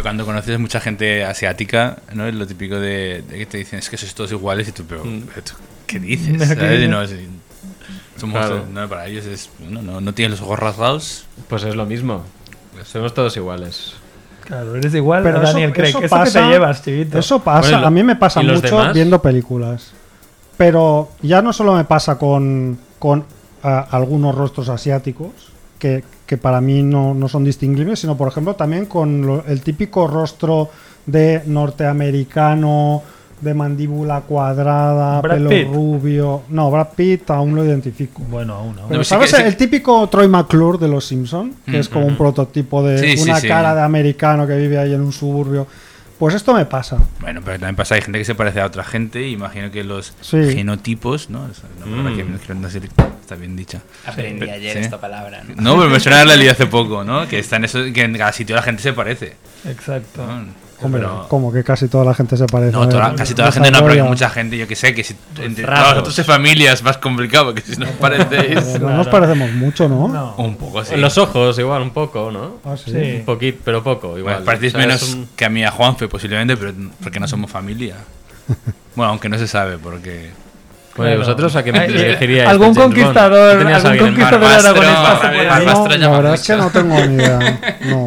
Cuando conoces mucha gente asiática, ¿no? Es lo típico de, de que te dicen, es que sois todos iguales y tú, pero, pero tú, ¿qué dices?
Pero, ¿qué
¿Sabes?
dices?
Y no, sí. somos,
Claro.
no, para ellos es, no, no, no tienes los ojos rasgados.
Pues es lo mismo. Somos todos iguales.
Claro, eres igual
Pero
a
eso-
Daniel Craig.
eso
Eso, que
pasa-
te llevas, chivito.
Eso pasa,
Bueno, y lo-
a mí me pasa
¿y los
mucho
demás?
viendo películas. Pero ya no solo me pasa con, con ah, algunos rostros asiáticos, que, que para mí no, no son distinguibles, sino por ejemplo también con lo- el típico rostro de norteamericano, de mandíbula cuadrada,
Brad
pelo
Pitt.
rubio. No, Brad Pitt aún lo identifico.
Bueno, aún, aún.
Pero
No, sí
¿sabes
que- sí
el típico Troy McClure de los Simpson? Que es como un prototipo de
Sí, sí,
una
sí.
cara de americano que vive ahí en un suburbio. Pues esto me pasa.
Bueno, pero también pasa, hay gente que se parece a otra gente y imagino que los
Sí.
genotipos, ¿no? Es una palabra que no- que no sé- está bien dicha.
Aprendí ayer
Sí.
esta palabra. ¿no?
No, pero me suena la leí hace poco, ¿no? Que, está en eso, que en cada sitio la gente se parece.
Exacto.
¿no?
Hombre,
Pero-
como que casi toda la gente se parece. a
No,
ver,
toda- casi toda la gente no, pero
desarrolla.
hay mucha gente, yo que sé, que si entre
raros.
todas las familias es más complicado, porque si no os parecéis...
Pero No nos parecemos mucho, ¿no?
No.
Un poco así.
En los ojos, igual, un poco, ¿no?
Ah, sí.
Sí.
Un poquito, pero poco, igual.
Bueno, parecéis
O sea,
menos
es un-
que a mí y a Juanfe, posiblemente, pero porque no somos familia. Bueno, aunque no se sabe, porque...
Bueno, ¿y
Claro.
vosotros a qué
Ay,
me
eh,
elegiríais?
algún
de este James Bond?
conquistador-
¿No tenías
algún
alguien en
conquistador
mente?
Barbastro,
aragonés pasa por ahí.
Barbastro
No,
llama
la verdad es
mucho.
que no tengo ni idea. No,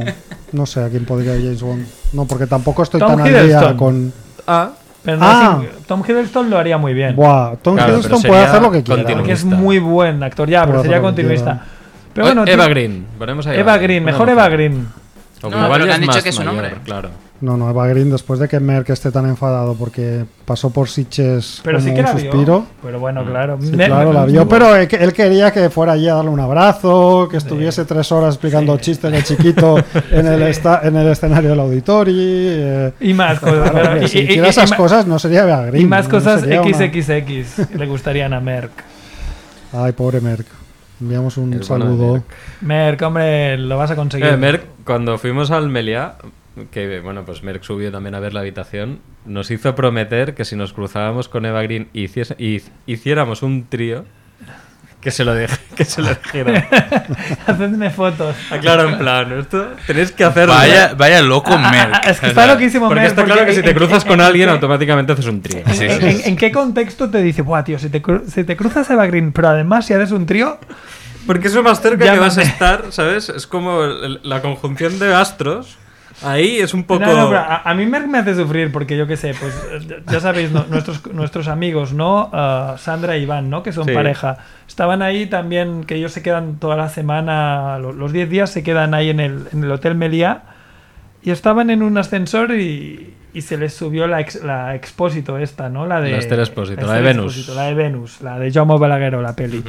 no sé a quién podría ir James Bond. No, porque tampoco estoy
Tom
tan al día
Hiddleston.
con.
Ah,
Pero no
Ah.
es ing- Tom Hiddleston lo haría muy bien.
Buah, Tom
Claro, pero
Hiddleston puede
sería
hacer lo que quiera. ¿eh?
continuo.
Porque es
continuista.
muy buen actor. Ya, pero
Puedo
sería
hacer lo que
continuista.
quiera.
Pero bueno,
Eva
tío-
Green. Ponemos a
Eva Green, mejor
Una
Eva
mujer.
Green.
O
No,
igual
pero
ya es
han dicho
más
que es un
mayor,
hombre.
Claro.
No, no, Eva Green, después de que Merck esté tan enfadado porque pasó por Sitches
Pero
como
sí que
un
la
suspiro.
vio. Pero bueno, claro.
Sí,
Me-
claro, la
me-
vio, pero él, él quería que fuera allí a darle un abrazo, que estuviese tres horas explicando chistes de chiquito en, el esta- en el escenario del auditorio. eh,
Y más cosas.
Claro,
pero-
hombre,
y-
si
y-
hiciera
y-
esas
y ma-
cosas no sería Eva Green.
Y más
¿no?
cosas
Sería una-
XXX le gustarían a Merck.
Ay, pobre Merck. Enviamos un
El bueno de
saludo.
Merck.
Merck, hombre, lo vas a conseguir.
Eh, Merck, cuando fuimos al Meliá, que bueno, pues Merck subió también a ver la habitación, nos hizo prometer que si nos cruzábamos con Eva Green y, hiciese- y hic- hiciéramos un trío, que se lo deje, que se lo dijera.
Hacedme fotos.
Ah, Claro, en plan, esto tenéis que hacerlo.
Vaya, vaya loco
Ah, ah,
Merck.
ah, es que
O
está
sea,
loquísimo,
Porque
Mer,
está
porque
claro que
en-
si te
en-
cruzas
en-
con
en-
alguien,
en-
automáticamente haces un trío.
Sí,
¿En,
sí,
en- en qué contexto te dice, buah, tío, si te, cru- si te cruzas a Eva Green, pero además si haces un trío,
Porque eso más cerca
Ya
que
me-
vas a estar, ¿sabes? Es como el- la conjunción de astros. Ahí es un poco.
No, no, pero a, a mí Merck me hace sufrir porque yo qué sé, pues eh, ya sabéis, no- nuestros, nuestros amigos, ¿no? Ah, Sandra e Iván, ¿no? Que son
Sí.
pareja. Estaban ahí también, que ellos se quedan toda la semana, lo- los 10 días se quedan ahí en el, en el Hotel Meliá y estaban en un ascensor y, y se les subió la, ex- la expósito esta, ¿no? La de...
La Esther Expósito, la de
Esther
Venus.
Expósito, la de Venus, la de Jaume Balagueró, la peli.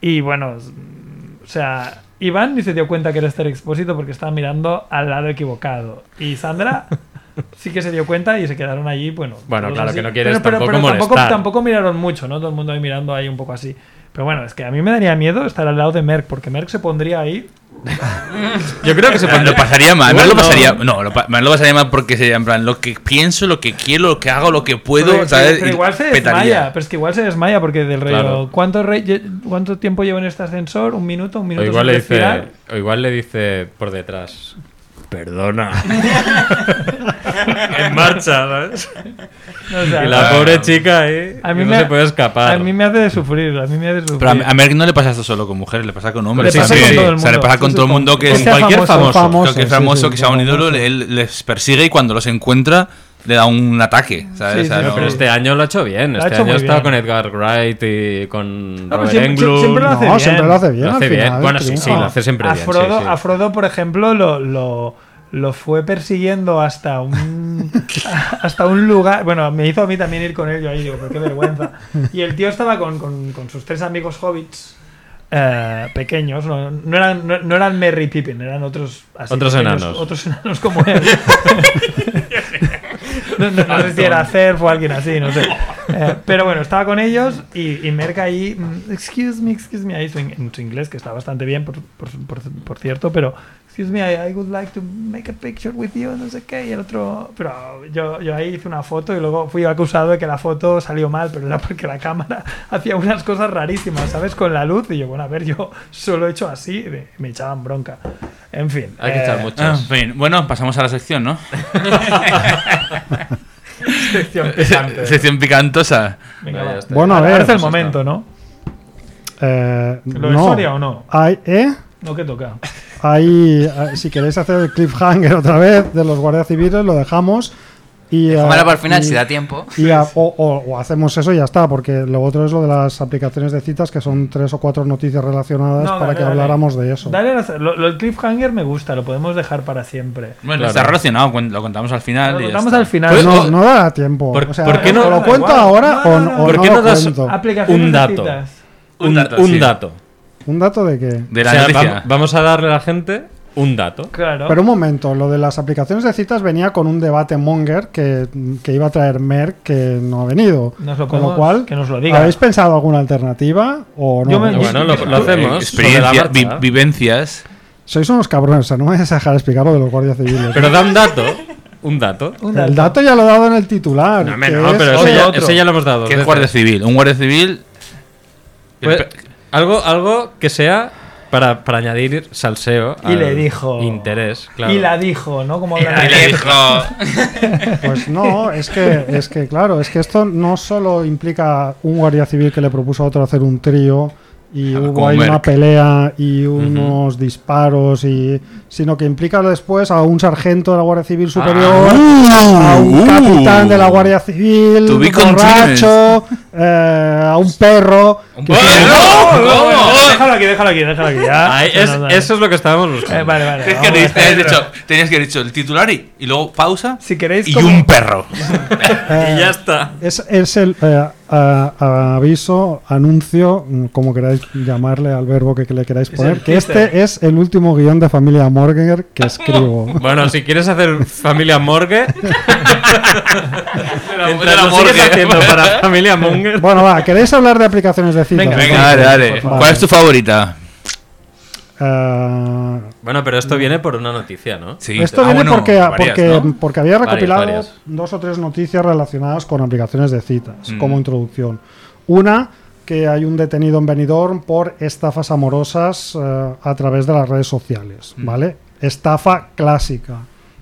Y bueno, s- mm, o sea, Iván ni se dio cuenta que era Esther Expósito porque estaba mirando al lado equivocado. Y Sandra sí que se dio cuenta y se quedaron allí, bueno.
Bueno,
todos
claro,
así.
que no quieres tampoco
tampoco,
molestar.
tampoco miraron mucho, ¿no? Todo el mundo ahí mirando ahí un poco así. Pero bueno, es que a mí me daría miedo estar al lado de Merck porque Merck se pondría ahí.
Yo creo que se
pues, Lo pasaría mal,
Igual
Merck lo
no.
pasaría, no, lo, pa- Merck lo pasaría mal porque sería en plan lo que pienso, lo que quiero, lo que hago, lo que puedo,
pero,
¿sabes?
Pues pero- pero
Y
igual se desmaya,
petaría.
pero es que igual se desmaya porque del rey.
Claro.
¿cuánto, rey- lle- ¿Cuánto tiempo llevo en este ascensor? ¿Un minuto? ¿Un
O
minuto?
Pues igual,
sin
le
respirar?
dice, o igual le dice por detrás. Perdona. en marcha, ¿sabes?
No, o sea,
Y la
Claro.
pobre chica ahí
A mí
que no
me-
se puede escapar.
A mí me hace de sufrir, a mí me hace de sufrir.
Pero a, a Merck no le pasa esto solo con mujeres, le pasa con hombres.
Le pasa
también.
con todo el
O sea, le
mundo.
pasa con
Sí,
todo el
sí,
mundo
con-
que
con
en
sea
cualquier
famoso,
famoso,
famoso,
que es
sí,
famoso,
sí,
que sea un
famoso.
ídolo, él les persigue y cuando los encuentra le da un ataque, ¿sabes?
Sí,
O sea,
sí,
no-
Pero este año lo ha hecho bien.
Lo ha
Este
hecho
año ha
muy
estado
bien.
con Edgar Wright y con
No, pero
Robert
siempre-
Englund.
siempre lo hace
No,
bien.
siempre lo hace bien.
Lo
al
hace bien.
final,
Bueno, sí, sí,
triunfa.
lo hace siempre
a
bien.
Frodo,
sí, sí.
a Frodo, por ejemplo, lo, lo, lo fue persiguiendo hasta un hasta un lugar. Bueno, me hizo a mí también ir con él, yo ahí digo, pero qué vergüenza. Y el tío estaba con, con- con sus tres amigos hobbits. eh, pequeños, no, no eran, no, no eran Merry y Pippin, eran otros así,
Otros
pequeños,
enanos.
Otros enanos como él. no, no- no sé si era Cerf o alguien así, no sé. Eh, pero bueno, estaba con ellos y, y Merck ahí, mm, excuse me, excuse me, ahí su in- en su inglés, que está bastante bien, por, por, por- por cierto, pero, excuse me, I, I would like to make a picture with you, no sé qué, y el otro, pero yo, yo ahí hice una foto y luego fui acusado de que la foto salió mal, pero era porque la cámara hacía unas cosas rarísimas, ¿sabes? Con la luz, y yo, bueno, a ver, yo solo he hecho así, y me, me echaban bronca. En fin.
Hay que
eh,
echar
Ah, En
muchos.
fin, bueno, pasamos a la sección, ¿no?
sección picante.
sección picantosa.
Venga,
Ahí
va.
está.
Bueno, a
Ahora
ver. pues
es el momento, ¿no?
eh,
¿Lo de
no.
Soria o no?
Hay, ¿Eh?
No que toca.
Ahí, eh, si queréis hacer el cliffhanger otra vez de los guardias civiles, lo dejamos. Y, eh,
Cámara para el final,
y-
si da tiempo.
y a- o, o- o hacemos eso y ya está, porque lo otro es lo de las aplicaciones de citas, que son tres o cuatro noticias relacionadas
No,
para
dale,
que
dale.
habláramos de eso.
Dale, las- lo, lo- el cliffhanger me gusta, lo podemos dejar para siempre.
Bueno,
Claro.
está relacionado, cuen- lo contamos al final.
Lo
y ya
contamos
está. eh,
al final.
Pues
No, no dará tiempo.
¿Por-
o sea,
por qué no-
o lo
da
cuento
igual.
ahora
No, no,
o,
no.
o
¿Por qué
no
no
lo
das-
cuento.
Aplicaciones
Un
de
dato.
citas.
Un,
Un dato,
un
sí.
dato.
¿Un dato de qué?
De la
O sea,
noticia.
vam- vamos a darle a la gente un dato.
Claro.
Pero un momento, lo de las aplicaciones de citas venía con un debate monger que, que iba a traer Merck que no ha venido.
Nos lo
con
podemos-
lo cual,
que nos lo diga.
¿habéis pensado alguna alternativa o no?
Yo me-
Bueno, lo, lo hacemos. sobre la
Eh, Experiencia, vi-
marcha.
vivencias.
Sois unos cabrones, o sea, no me vais a dejar explicar lo de los guardias civiles.
Pero da un dato. Un dato.
Un
el dato ya lo he dado en el titular.
No, hombre,
que
no,
es-
pero
otro,
ese ya,
otro.
ese ya lo hemos dado. dos
¿Qué es
veces.
guardia civil? Un guardia civil.
Pues,
El pe-
algo, algo que sea para, para añadir salseo.
Y
al
le dijo.
Interés, claro.
Y la dijo, ¿no? Como hablan-
Pues no, es que, es que claro, es que esto no solo implica un guardia civil que le propuso a otro hacer un trío y
Ah,
hubo
como
ahí una
Merck.
pelea y unos disparos y sino que implica después a un sargento de la Guardia Civil superior, a un
uh.
capitán de la Guardia Civil,
To be
borracho, eh, a un perro. que-
¡Oh, no!
Déjalo aquí, déjalo aquí, déjalo aquí. ya.
Ahí, es-
No, no, no.
eso es lo que estábamos buscando.
Ah, Eh, vale, vale.
Tenías
vamos
que
a
haber dicho-
dejar-
tenías que haber dicho- Tenías que haber dicho el titular y, y luego pausa
Si queréis.
y
como-
un perro.
eh,
Y ya está.
Es, es el eh, a- a- aviso, anuncio, mm, como queráis llamarle al verbo que, que le queráis
Es
poner,
el
que
teaser.
este es el último guión de Familia Morgener que escribo.
Bueno, si quieres hacer familia morgue. mientras
la
lo sigues
morgue.
haciendo para familia monger.
bueno, va, ¿queréis hablar de aplicaciones de citas?
Venga,
Venga, dale, dale.
Por favor.
¿Cuál es tu favorita?
Eh,
Bueno, pero esto viene por una noticia, ¿no?
Sí.
esto
Ah,
viene
bueno,
porque,
varias,
porque,
¿no?
porque había
Varias,
recopilado
varias.
dos o tres noticias relacionadas con aplicaciones de citas
Mm.
como introducción. Una que hay un detenido en Benidorm por estafas amorosas eh, a través de las redes sociales,
Mm.
¿vale? Estafa clásica,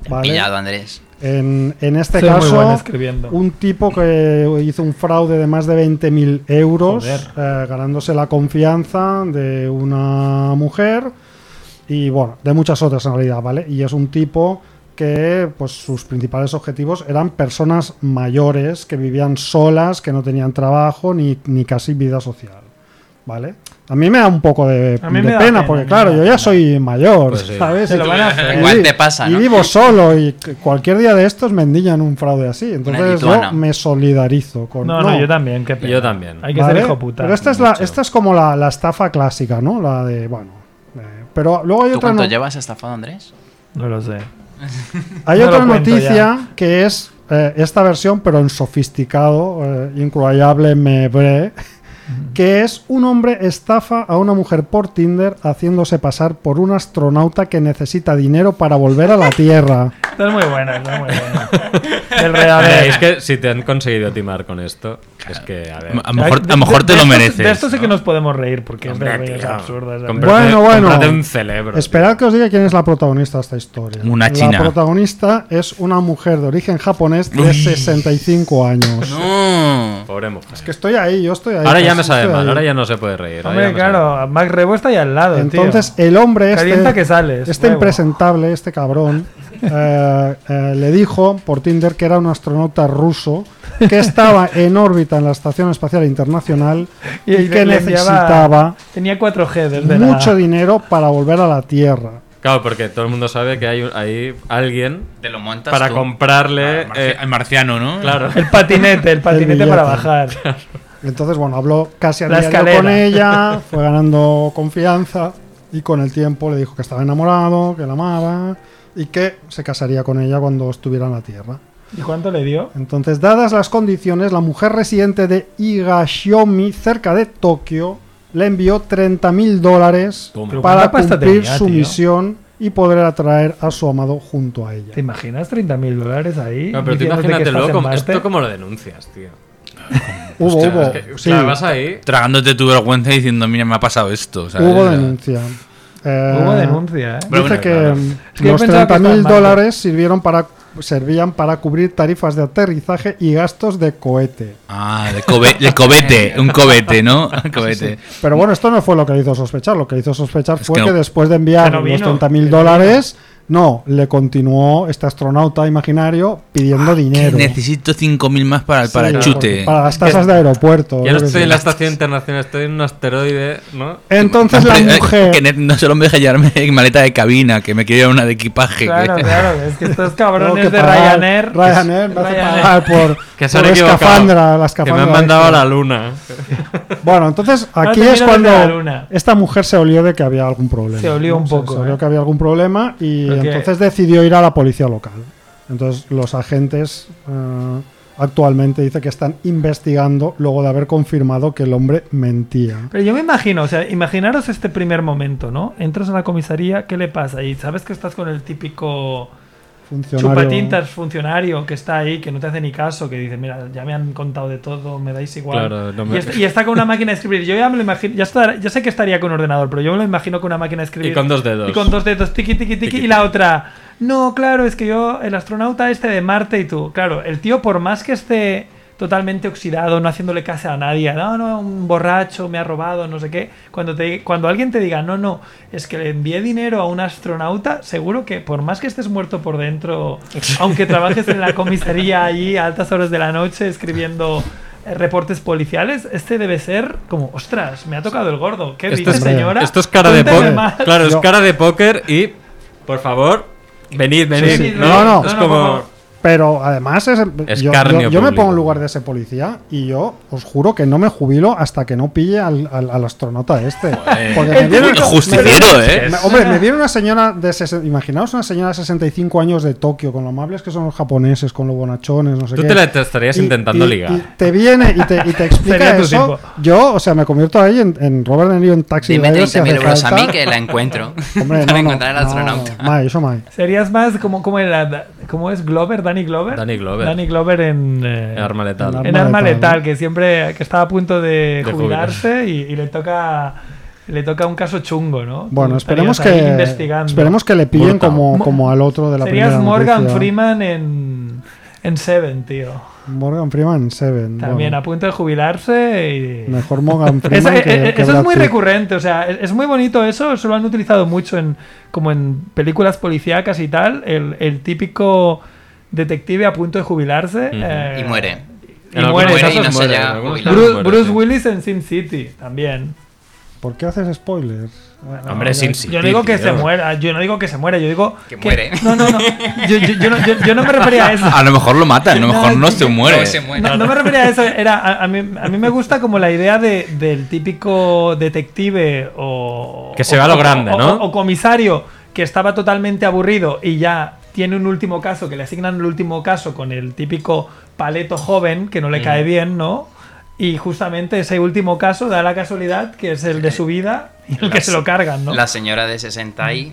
¿vale?
Pillado, Andrés.
En, en este
Soy muy
caso,
bueno escribiendo.
un tipo que hizo un fraude de más de 20.000 euros,
Joder.
eh, ganándose la confianza de una mujer y, bueno, de muchas otras en realidad, ¿vale? Y es un tipo que, pues, sus principales objetivos eran personas mayores que vivían solas, que no tenían trabajo ni, ni casi vida social, ¿vale? A mí me da un poco de,
A mí
de
me da
pena,
pena, a
porque,
mí
claro,
me da
yo ya
pena.
soy mayor,
Pues sí.
¿sabes?
Se lo van a hacer.
Y
Igual
vi-
te pasa,
Y
¿no?
vivo solo y c- cualquier día de estos me endillan un fraude así. Entonces yo
lituana.
me solidarizo con.
No, no, yo también, qué pena.
Yo también.
Hay que
¿vale?
ser hijo puta.
Pero este- esta es, la,
mucho.
esta es como la, la estafa clásica, ¿no? La de, bueno. eh, pero luego hay
¿Tú
otra,
cuánto
no-
llevas estafado, Andrés?
No lo sé.
hay
No lo
otra
cuento
noticia
ya.
que es eh, esta versión, pero en sofisticado, eh, incroyable, me bre, que es un hombre estafa a una mujer por Tinder haciéndose pasar por un astronauta que necesita dinero para volver a la Tierra.
Esta es muy buena, esta es muy buena. El
A ver,
real.
es que si te han conseguido timar con esto, es que, a
em,
ver.
A lo mejor, a lo mejor te
De-
lo
de esto-
mereces.
De esto sí que
¿no?
nos podemos reír porque
Hombre,
es de es
tío,
absurda. es de-
cómprate-
Bueno, bueno.
cómprate un cerebro.
Esperad que os diga quién es la protagonista de esta historia.
Una china.
La protagonista es una mujer de origen japonés de
Uy.
65 años.
No.
tío. Pobre mujer.
Es que estoy ahí, yo estoy ahí.
ahora ya
casi
me sabe
estoy
mal,
ahí.
ahora ya no se puede reír. ahora
Hombre,
ya no
claro, a Mac Rebo está ahí al lado, tío.
Entonces, el hombre
Calienta
este,
que sales,
este
huevo.
impresentable, este cabrón, eh, eh, le dijo por Tinder que era un astronauta ruso que estaba en órbita en la Estación Espacial Internacional y,
le-
que
le enviaba-
necesitaba
Tenía 4G desde la-
mucho dinero para volver a la Tierra.
se- Claro, porque todo el mundo sabe que hay, un- hay alguien
Te lo montas
para
tú.
comprarle.
Al
Ah,
marci-
eh,
al marciano, ¿no?
claro.
El patinete, el patinete
billete.
para bajar.
Entonces, bueno, habló casi al
La
diario
escalera.
con ella, fue ganando confianza y con el tiempo le dijo que estaba enamorado, que la amaba y que se casaría con ella cuando estuviera en la Tierra.
¿Y cuánto le dio?
Entonces, dadas las condiciones, la mujer residente de Higashiomi, cerca de Tokio, le envió 30 mil dólares
Toma.
Pero
para
¿cuánta pasta
cumplir
tenía,
su
tío?
misión y poder atraer a su amado junto a ella.
¿Te imaginas 30.000 dólares ahí?
No, pero tú
diciéndote que
imagínatelo,
estás en
como,
Marte?
esto como lo denuncias, tío.
Hubo,
Hostia,
hubo,
es que- o
sí,
sea, vas ahí.
Tragándote tu vergüenza y diciendo, mira, me ha pasado esto. ¿sabes?
hubo
O sea,
denuncia. Eh,
Hubo denuncia, ¿eh?
Pero
Dice
bueno,
que
claro.
mm,
Es que yo
los
pensaba que
30.000
estaba en
dólares sirvieron para, servían para cubrir tarifas de aterrizaje y gastos de cohete.
Ah, de, cobe- de cobete, un cobete, ¿no? Cobete.
Pero bueno, esto no fue lo que le hizo sospechar. Lo que le hizo sospechar
Es
fue que,
que no.
después de enviar
Que no
los
vino,
30.000
que no
dólares, no, le continuó este astronauta imaginario
Ah,
pidiendo dinero.
Necesito 5.000 más para el
Sí,
parachute.
Para las tasas de aeropuerto.
Ya no
yo qué
estoy
sé.
en la estación internacional, estoy en un asteroide, ¿no?
Entonces la
Hombre, eh, Que
mujer...
ne- no solo me deja llevarme maleta de cabina, que me quiero llevar una de equipaje.
Claro,
que-
claro, es que estos
tengo
cabrones
que
de
pagar-
Ryanair.
Ryanair me hace
Ryanair.
pagar por,
Que se
por
han equivocado.
escafandra, la
Que
escafandra
me han mandado a
esta.
la luna.
Bueno, entonces aquí
te
es
miran
cuando
desde Ah, la luna.
esta mujer se olió de que había algún problema.
Se olió un poco,
Se olió
¿eh?
que había algún problema y
Porque-
entonces decidió ir a la policía local. Entonces los agentes eh, actualmente dice que están investigando luego de haber confirmado que el hombre mentía.
Pero yo me imagino, o sea, imaginaros este primer momento, ¿no? Entras a la comisaría, ¿qué le pasa? Y sabes que estás con el típico
Funcionario.
chupatintas funcionario que está ahí, que no te hace ni caso, que dice, mira, ya me han contado de todo, me dais igual.
Claro, no
y,
me-
est- y está con una máquina de escribir. Yo ya me lo imagino, ya, estar- ya sé que estaría con un ordenador, pero yo me lo imagino con una máquina de escribir.
Y con dos dedos.
Y con dos dedos, tiki, tiki, tiki. Y la otra, no, claro, es que yo, el astronauta este de Marte y tú. Claro, el tío, por más que esté totalmente oxidado, no haciéndole caso a nadie, no, no, un borracho me ha robado, no sé qué. Cuando, te, cuando alguien te diga, no, no, es que le envié dinero a un astronauta, seguro que por más que estés muerto por dentro, aunque trabajes en la comisaría allí a altas horas de la noche escribiendo eh, reportes policiales, este debe ser como, ostras, me ha tocado el gordo. ¿Qué
Esto
dice,
es,
este señora?
esto es cara de
Cuéntame
póker.
más.
Claro, es
Yo-
cara de póker y, por favor, venid, venid.
sí,
¿no?
no, no.
Es
No, no, por
como.
favor.
Pero además es, yo,
Escarnio
yo- yo me
público.
pongo en lugar de ese policía y yo os juro que no me jubilo hasta que no pille al, al- al astronauta este. Porque me viene-
Uy, Eh, Justiciero, ¿eh?
Me- hombre, me viene una señora de sesen- imaginaos una señora de 65 años de Tokio, con lo amables que son los japoneses, con los bonachones, no sé
Tú
qué.
te la te estarías
Y-
intentando
y-
ligar.
y te viene y te, y te explica
Sería tu
eso.
tipo.
Yo, o sea, me convierto ahí en, en Robert De Niro en Taxi
Dime
Driver si
30.000
hace
euros a
falta.
mí que la encuentro.
Hombre,
para
no, no,
encontrar al
no,
astronauta.
mai, eso mai.
Serías más como, como el, como es Glover, Danny Glover.
Danny Glover.
Danny Glover en, eh,
En Arma Letal.
en Arma Letal, que siempre que estaba a punto de,
De
jubilarse y, y le toca le toca un caso chungo, ¿no?
Bueno,
Tú
esperemos
estarías ahí
que,
investigando.
esperemos que le pillen
Brutal.
como, como al otro de la
Serías
primera
Morgan
noticia.
Freeman en, en Seven, tío.
Morgan Freeman, Seven.
También
bueno.
a punto de jubilarse y...
Mejor Morgan
Eso,
Freeman
eh,
que-
eh,
que
eso
Brad
es muy
Pitt.
recurrente, o sea, es, es muy bonito eso, eso lo han utilizado mucho en como en películas policíacas y tal, el, el típico detective a punto de jubilarse.
Ujú.
eh,
Y muere.
y
En
muere,
algunos
eso
casos
es-
no se
muere,
llega
en algunos
a
casos
jubilar.
Bruce,
muere,
Bruce
sí.
Willis en Sin City también.
¿Por qué haces spoilers?
Bueno,
Hombre,
yo-
Sin City,
Yo no digo que
tío.
se muera, yo no digo que se muera, yo digo
Que muere.
No, no, no. Yo, yo- yo no, yo- yo no me refería a eso.
A lo mejor lo matan, a lo mejor no,
No,
se
no,
muere.
No se muere.
No, no me refería a eso, era, a, a mí, a mí me gusta como la idea de- del típico detective o...
Que se
o-
va a lo
o-
grande,
o-
¿no?
O, o comisario que estaba totalmente aburrido y ya tiene un último caso, que le asignan el último caso con el típico paleto joven que no le
Mm.
cae bien, ¿no? Y justamente ese último caso da la casualidad que es el de su vida y el que
Las-
se lo cargan, ¿no?
La señora de 60 y...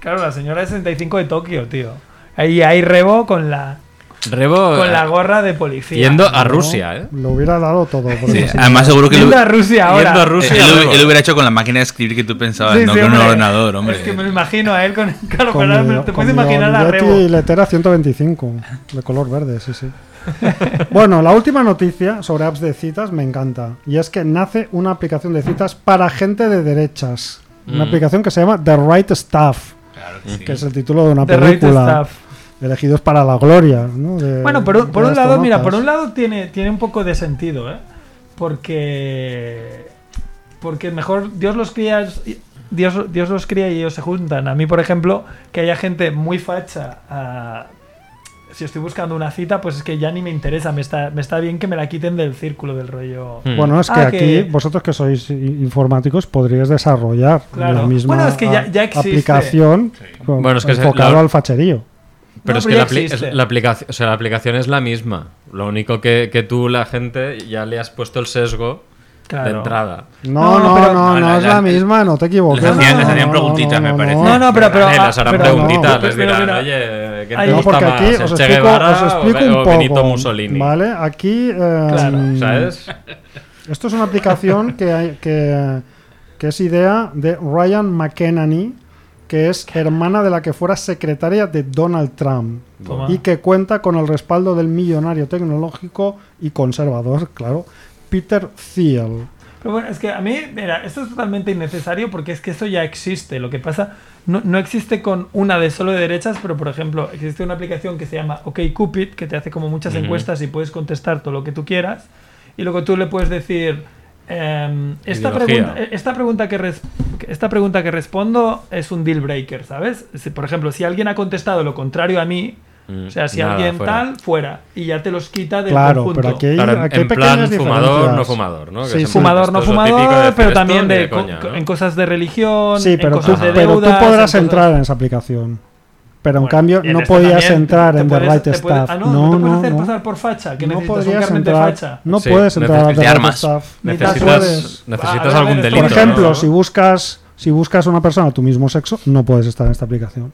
Claro, la señora de 65 de Tokio, tío. Ahí hay rebo con la,
Rebo
con la
eh,
gorra de policía.
yendo a
¿No?
Rusia, ¿eh?
Lo hubiera dado todo. por
Sí,
eso sí.
además seguro que lo,
Yendo a Rusia ahora.
Yendo a Rusia.
él, lo-
luego.
él lo hubiera hecho con la máquina de escribir que tú pensabas,
Sí,
no
sí,
con un
hombre.
ordenador, hombre.
Es que me lo imagino a él con. Claro,
Con
pero
mi-
te
con
puedes
mi
imaginar a
Olivetti
Rebo.
y letera 125, de color verde, sí, sí. bueno, la última noticia sobre apps de citas me encanta. Y es que nace una aplicación de citas para gente de derechas. Una
Mm.
aplicación que se llama The Right Stuff,
Claro que sí.
que es el título de una
The Right
película.
Stuff.
Elegidos para la gloria. ¿no? De-
Bueno, por, un- por
de Pues
un lado, mira,
astronautas.
por un lado tiene, tiene un poco de sentido, ¿eh? Porque. Porque mejor Dios los cría. y- Dios, Dios los cría y ellos se juntan. A mí, por ejemplo, que haya gente muy facha. ah, si estoy buscando una cita, pues es que ya ni me interesa. Me está, me está bien que me la quiten del círculo del rollo.
Hmm.
Bueno, es que
Ah,
aquí
que-
vosotros que sois i- informáticos podríais desarrollar
Claro.
la misma
Bueno, es que ya- ya
a-
existe.
aplicación con-
Bueno, es que se-
enfocado
la-
al facherío.
Pero
No, pero
es que
ya
la, apli-
existe.
es- la aplicación, o sea, la aplicación es la misma. Lo único que, que tú, la gente, ya le has puesto el sesgo de
Claro.
entrada.
No,
No,
no,
pero-
no, no,
No, la-
es
la-
la misma, no te equivoques.
les hacían-
no,
les hacían
no,
preguntitas, me parece.
No, no, pero. pero
Vale,
ah,
les harán
pero-
preguntitas,
pero-
les
pero
dirán,
mira,
"Ah, oye, ¿qué
ahí-
te
No,
No,
gusta
porque
más?
aquí
¿El
os
Che
explico, os
Guevara o Be-
explico
o
un poco.
Benito Mussolini?
Vale, aquí. eh,
Claro.
¿Sabes?
Esto es una aplicación que, hay- que, que es idea de Ryan McEnany, que es hermana de la que fuera secretaria de Donald Trump.
Toma.
Y que cuenta con el respaldo del millonario tecnológico y conservador, claro, Peter Thiel.
Pero bueno, es que a mí, mira, esto es totalmente innecesario porque es que eso ya existe. Lo que pasa, no, no existe con una de solo de derechas, pero por ejemplo, existe una aplicación que se llama OkCupid, que te hace como muchas encuestas y puedes contestar todo lo que tú quieras. Y luego tú le puedes decir, ehm, esta,
Ideología.
pregunta, esta, pregunta que res- esta pregunta que respondo es un deal breaker, ¿sabes? Si, por ejemplo, si alguien ha contestado lo contrario a mí,
Mm,
o sea, si
nada,
alguien
fuera.
tal, fuera. Y ya te los quita del
Claro,
conjunto.
pero aquí hay,
Claro, en-
aquí hay
en plan
pequeñas
fumador,
diferencias.
no fumador, ¿no? Que
Sí,
siempre-
sí.
fumador,
esto
no
es lo típico de
fumador,
decir
pero
esto,
también
ni
de, co-
coña,
co-
¿no?
en cosas de religión,
Sí,
en
pero tú,
cosas de
pero tú
deudas,
podrás
en cosas-
entrar en esa aplicación. Pero en
Bueno,
cambio,
y en
no
esta
podías
también
entrar
te
en The
puedes-
Right
te puedes-
Stuff.
Ah, no, no
no,
te puedes
no,
hacer
no.
pasar por facha, que
No
necesitas un
podrías
carnet de
entrar.
facha.
No
Sí,
puedes entrar
necesitas-
a
de
The Right
armas.
Stuff.
Ni
Necesitas,
tan puedes. Ah,
necesitas
Va, a ver,
algún
es-
delito.
Por ejemplo,
¿no?
si buscas si buscas una persona de tu mismo sexo, no puedes estar en esta aplicación.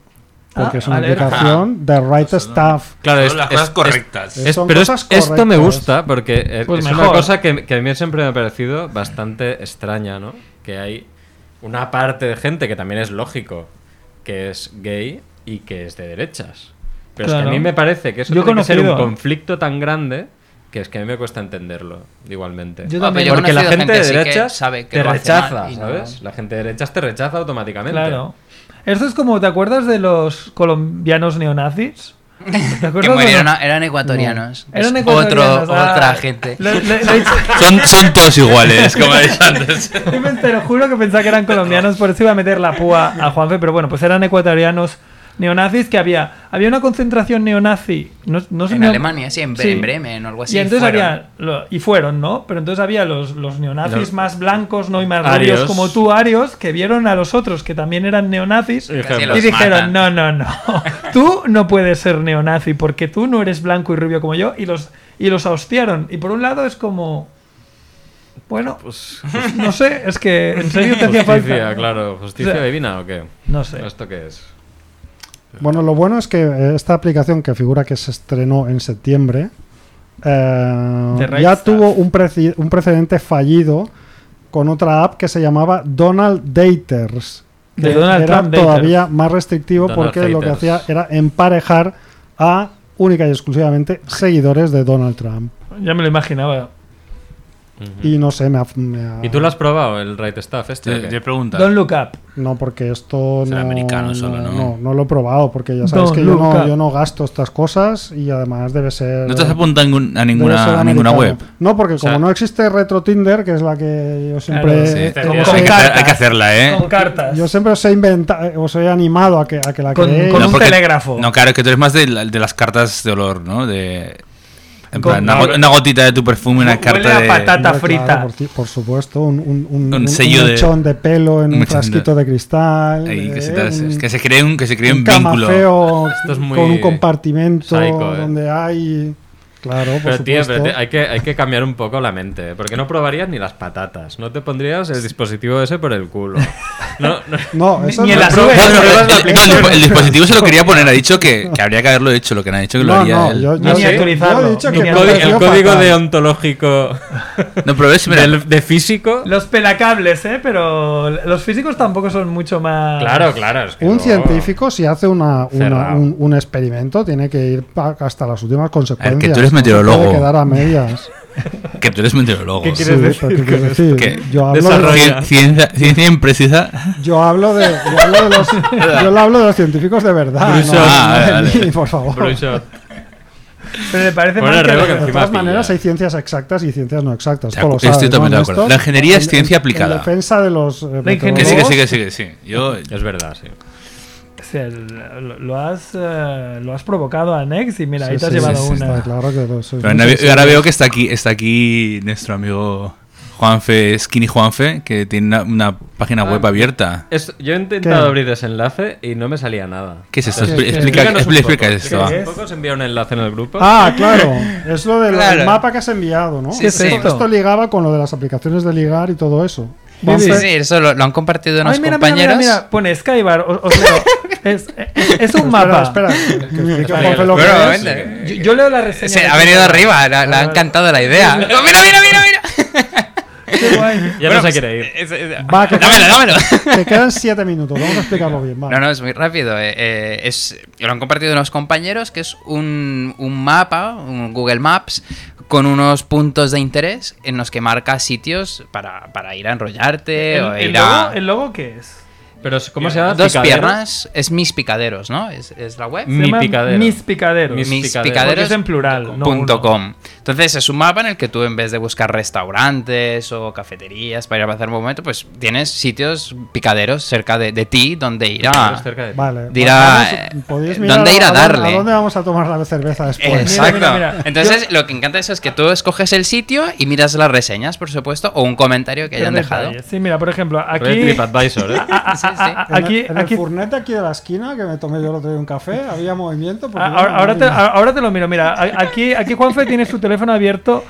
Ah,
Porque es una
vale.
aplicación de Right Stuff.
Claro,
Son
es-
las
es-
cosas
es-
correctas.
Es-
Son
pero es-
cosas
esto me
correctas.
gusta porque es,
Pues
es
mejor.
una cosa que, que a mí siempre me ha parecido bastante extraña, ¿no? Que hay una parte de gente que también es lógico que es gay y que es de derechas. Pero es
Claro.
que a mí me parece que eso
Yo he
tiene que ser un
conocido.
conflicto tan grande que es que a mí me cuesta entenderlo igualmente.
Yo
Ah, pero
también.
yo he
porque la
conocido
gente de
gente sí que
derechas
sabe que
te
lo hace mal
rechaza,
y no-
¿sabes? La gente de derechas te rechaza automáticamente.
Claro. Esto es como, ¿te acuerdas de los colombianos neonazis? ¿Te
Que
acuerdas? de
murieron,
los-
a- eran ecuatorianos. Es
Eran ecuatorianos,
Otro,
ah.
Otra gente.
Le- le- le-
Son, son todos iguales, como habéis dicho antes.
Yo me- te lo juro que pensaba que eran colombianos, por eso iba a meter la púa a Juanfe, pero bueno, pues eran ecuatorianos neonazis que había. Había una concentración neonazi. No, no sé
En
neo-
Alemania, sí, en, Bre-
Sí.
en Bremen o algo así.
Y entonces
fueron.
había. lo- y fueron, ¿no? Pero entonces había los, los neonazis
Los-
más blancos, ¿no? Y más
Arios.
rubios como tú, Arios, que vieron a los otros que también eran neonazis.
Y
Casi
dijeron,
los
Y dijeron,
matan.
no, no, no, tú no puedes ser neonazi porque tú no eres blanco y rubio como yo y los, y los hostiaron. Y por un lado es como, bueno, no sé, es que en serio te hacía
Pues, Justicia,
falta.
claro. ¿Justicia
O sea,
divina o qué?
No sé.
¿Esto qué es?
Bueno, lo bueno es que eh, esta aplicación que figura que se estrenó en septiembre eh,
The Right
ya
Stuff.
tuvo un, preci- un precedente fallido con otra app que se llamaba Donald Daters.
De
que
Donald
era
Trump Daters.
todavía más restrictivo
Donald
porque lo que
Haters.
hacía era emparejar a única y exclusivamente seguidores de Donald Trump.
Ya me lo imaginaba.
Y no sé, me, ha- me ha-
Mm. ¿Y tú lo has probado, el Right Stuff este? o
Yo,
qué?
yo pregunta.
Don't look up.
No, porque esto no,
Será americano solo, ¿no?
no, no lo he probado, porque ya sabes
Don't
que yo
look
no,
up.
yo no gasto estas cosas y además debe ser...
¿No te has apuntado a ningún-
debe
a
ser
ninguna, a ninguna
americano.
web?
No, porque
sea-
como no existe Retro Tinder, que es la que yo siempre...
Claro, sí,
eh,
te
como
diría
que-
Con
hay, que hacer-
cartas.
hay que hacerla, ¿eh?
Con cartas.
yo siempre os he inventado, os he animado a que, a que la
Con-
creéis.
con
No,
un
porque-
telégrafo.
No, claro, es que tú eres más de, la- de las cartas de olor, ¿no? De, en
Con-
plan, una,
no,
go- una gotita de tu perfume, una
Huele
carta
a
de...
patata.
Hombre,
frita.
claro, por, ti- por supuesto, un, un, un,
Un
un- un
sello de-
mechón de pelo en
un
un,
mechón de-
frasquito de, cristal.
Ahí, que, se
eh,
te hace-
un-
que se cree un, que se cree un, vínculo.
camafeo
Esto es muy
con un compartimento
psycho, eh.
donde hay... Claro, por
Pero tío,
supuesto.
pero te- hay, que, hay que cambiar un poco la mente, ¿eh? porque no probarías ni las patatas, no te pondrías el dispositivo ese por el culo. No, no.
No, eso
ni
no
en
es-
la
Pero-
sube.
pero-
No,
pero-
el, el- no, el dispo- el dispositivo se lo quería poner, ha dicho que, que habría que haberlo hecho, lo que no ha dicho que lo
No,
haría
no,
él.
yo-
Ni
yo-
sí.
miniaturizarlo.
yo he dicho que
El,
me ha
código- el
parecido
código
fatal.
deontológico
No, pero ves, mira,
del- de físico.
Los pelacables, ¿eh? Pero los físicos tampoco son mucho más...
Claro, claro. es que
Un
no.
científico si hace una, una-
Cerrado.
un, un experimento tiene que ir pa- hasta las últimas consecuencias.
tú eres
no se
meteorólogo.
puede quedar a medias.
que tú eres meteorólogo.
¿Qué quieres decir
pero ¿qué
con
quiero
esto?
decir?
Que
Yo hablo, de,
desarrolla.
Cien- Ciencia, ciencia imprecisa.
yo hablo de, yo hablo de los, yo le hablo de los científicos de verdad.
Bruce
no- no
Ah,
de
vale,
mí, por favor.
Bruinsot.
Pero me parece
Bueno,
mal que...
Rebo, que
De
encima
todas
pilla.
maneras, hay ciencias exactas y ciencias no exactas.
O sea,
Tú lo
estoy
sabes,
totalmente
¿no,
de acuerdo.
Ernesto?
La ingeniería es
En-
ciencia
en-
aplicada.
En defensa de los. eh,
La ingeniería-
Que sí, que
meteorólogos,
sí, que sí, que sí. Yo,
Es verdad, sí.
O sea, lo, lo has, eh, lo has provocado a Nex y mira, ahí te has
sí, sí,
llevado
sí,
una.
está claro que lo- soy
pero
muy
ahora, veo-
sensible.
ahora veo que está aquí, está aquí nuestro amigo Juanfe, Skinny Juanfe, que tiene una, una página web abierta.
Es- yo he intentado
¿Qué?
abrir ese enlace y no me salía nada.
¿Qué es esto?
¿Qué-
Expli-
qué?
Explica,
Explícanos un
explica,
poco.
explica esto. va.
Explícanos un poco, se envía un enlace en el grupo.
Ah, claro. Es lo del
Claro.
mapa que has enviado, ¿no?
Sí, sí.
Esto, esto ligaba con lo de las aplicaciones de ligar y todo eso.
Sí, sí,
Juanfe-
sí, eso lo, lo han compartido unos
Ay, mira, mira,
compañeros.
mira, mira, pone Skybar. os- os leo. es, es- es un
Espera,
mapa.
espera, que- que explique
Espera,
Juanfe lo que
Bueno,
es.
vente.
Yo, yo leo la reseña.
Se
de
ha venido
Skybar.
arriba, le ha encantado la idea. ¡Mira, mira, mira, mira!
Qué guay.
ya no
Bueno,
se
pues,
quiere ir.
es- es-
Va, que-
dámelo, dámelo.
Te quedan siete minutos, vamos a explicarlo bien. va.
No, no, es muy rápido. eh, eh, es, lo han compartido unos compañeros que es un, un mapa, un Google Maps, con unos puntos de interés en los que marca sitios para, para ir a enrollarte
¿El,
o
el
ir
logo,
a...
¿El logo qué es?
Pero ¿cómo se llama?
Dos
¿Picadero?
piernas, es Mis Picaderos, ¿no? Es, es la web.
Se
Mi
llama
picadero.
Mis picaderos.
Mis
Mis
Picaderos.
Porque
Picaderos.
es en plural. no
punto
uno.
com. Entonces es un mapa en el que tú en vez de buscar restaurantes o cafeterías para ir a pasar un momento, pues tienes sitios picaderos cerca de, de ti donde ir a...
Cerca de-
Vale.
Dirá,
vamos- podéis
eh,
mirar
¿dónde ir a
dónde-
darle? Eh,
¿A dónde vamos a tomar la cerveza después?
Pues Exacto.
Mira, mira, mira.
Entonces, lo que encanta eso es que tú escoges el sitio y miras las reseñas, por supuesto, o un comentario que
Qué
hayan dejado.
detalle. Sí, mira, por ejemplo,
Red
aquí. Ah,
TripAdvisor, ¿eh?
a- a- a- a-
En el-
Aquí,
en el,
aquí ah,
furnet aquí de la esquina, que me tomé yo el otro día un café, había movimiento. porque
Ah, Ahora,
no-
ahora
no
te,
había-
ahora te lo miro, mira, a- aquí, aquí Juanfe tiene su teléfono abierto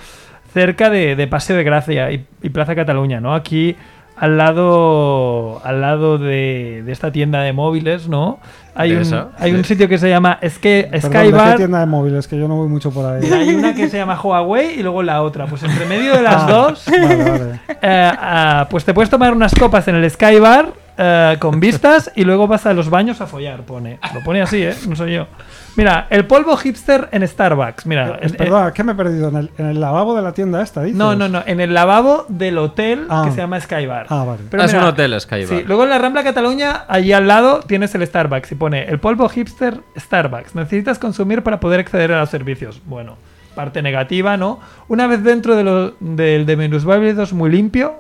cerca de, de Paseo de Gracia y, y Plaza Cataluña, ¿no? Aquí al lado, al lado de, de esta tienda de móviles, ¿no? Hay,
¿De
un,
esa?
hay
Sí.
un sitio que se llama Sky,
Perdón, ¿de qué
Skybar,
tienda de móviles? Que yo no voy mucho por ahí.
hay una que se llama Huawei y luego la otra. Pues entre medio de las
Ah,
dos,
Vale, vale.
eh, ah, pues te puedes tomar unas copas en el Skybar eh, con vistas y luego vas a los baños a follar, pone. Lo pone así, ¿eh? No soy yo. Mira, el polvo hipster en Starbucks. Mira, en- en-
Eh, Perdón, ¿qué me he perdido? ¿En el, en el lavabo de la tienda esta, dices?
no, no, no, en el lavabo del hotel
Ah.
que se llama Skybar.
Ah, vale.
Ah, es un hotel, Skybar.
sí, luego en la Rambla Cataluña, allí al lado, tienes el Starbucks y pone el polvo hipster Starbucks. Necesitas consumir para poder acceder a los servicios. Bueno, parte negativa, ¿no? Una vez dentro de lo- del de minusválidos muy limpio,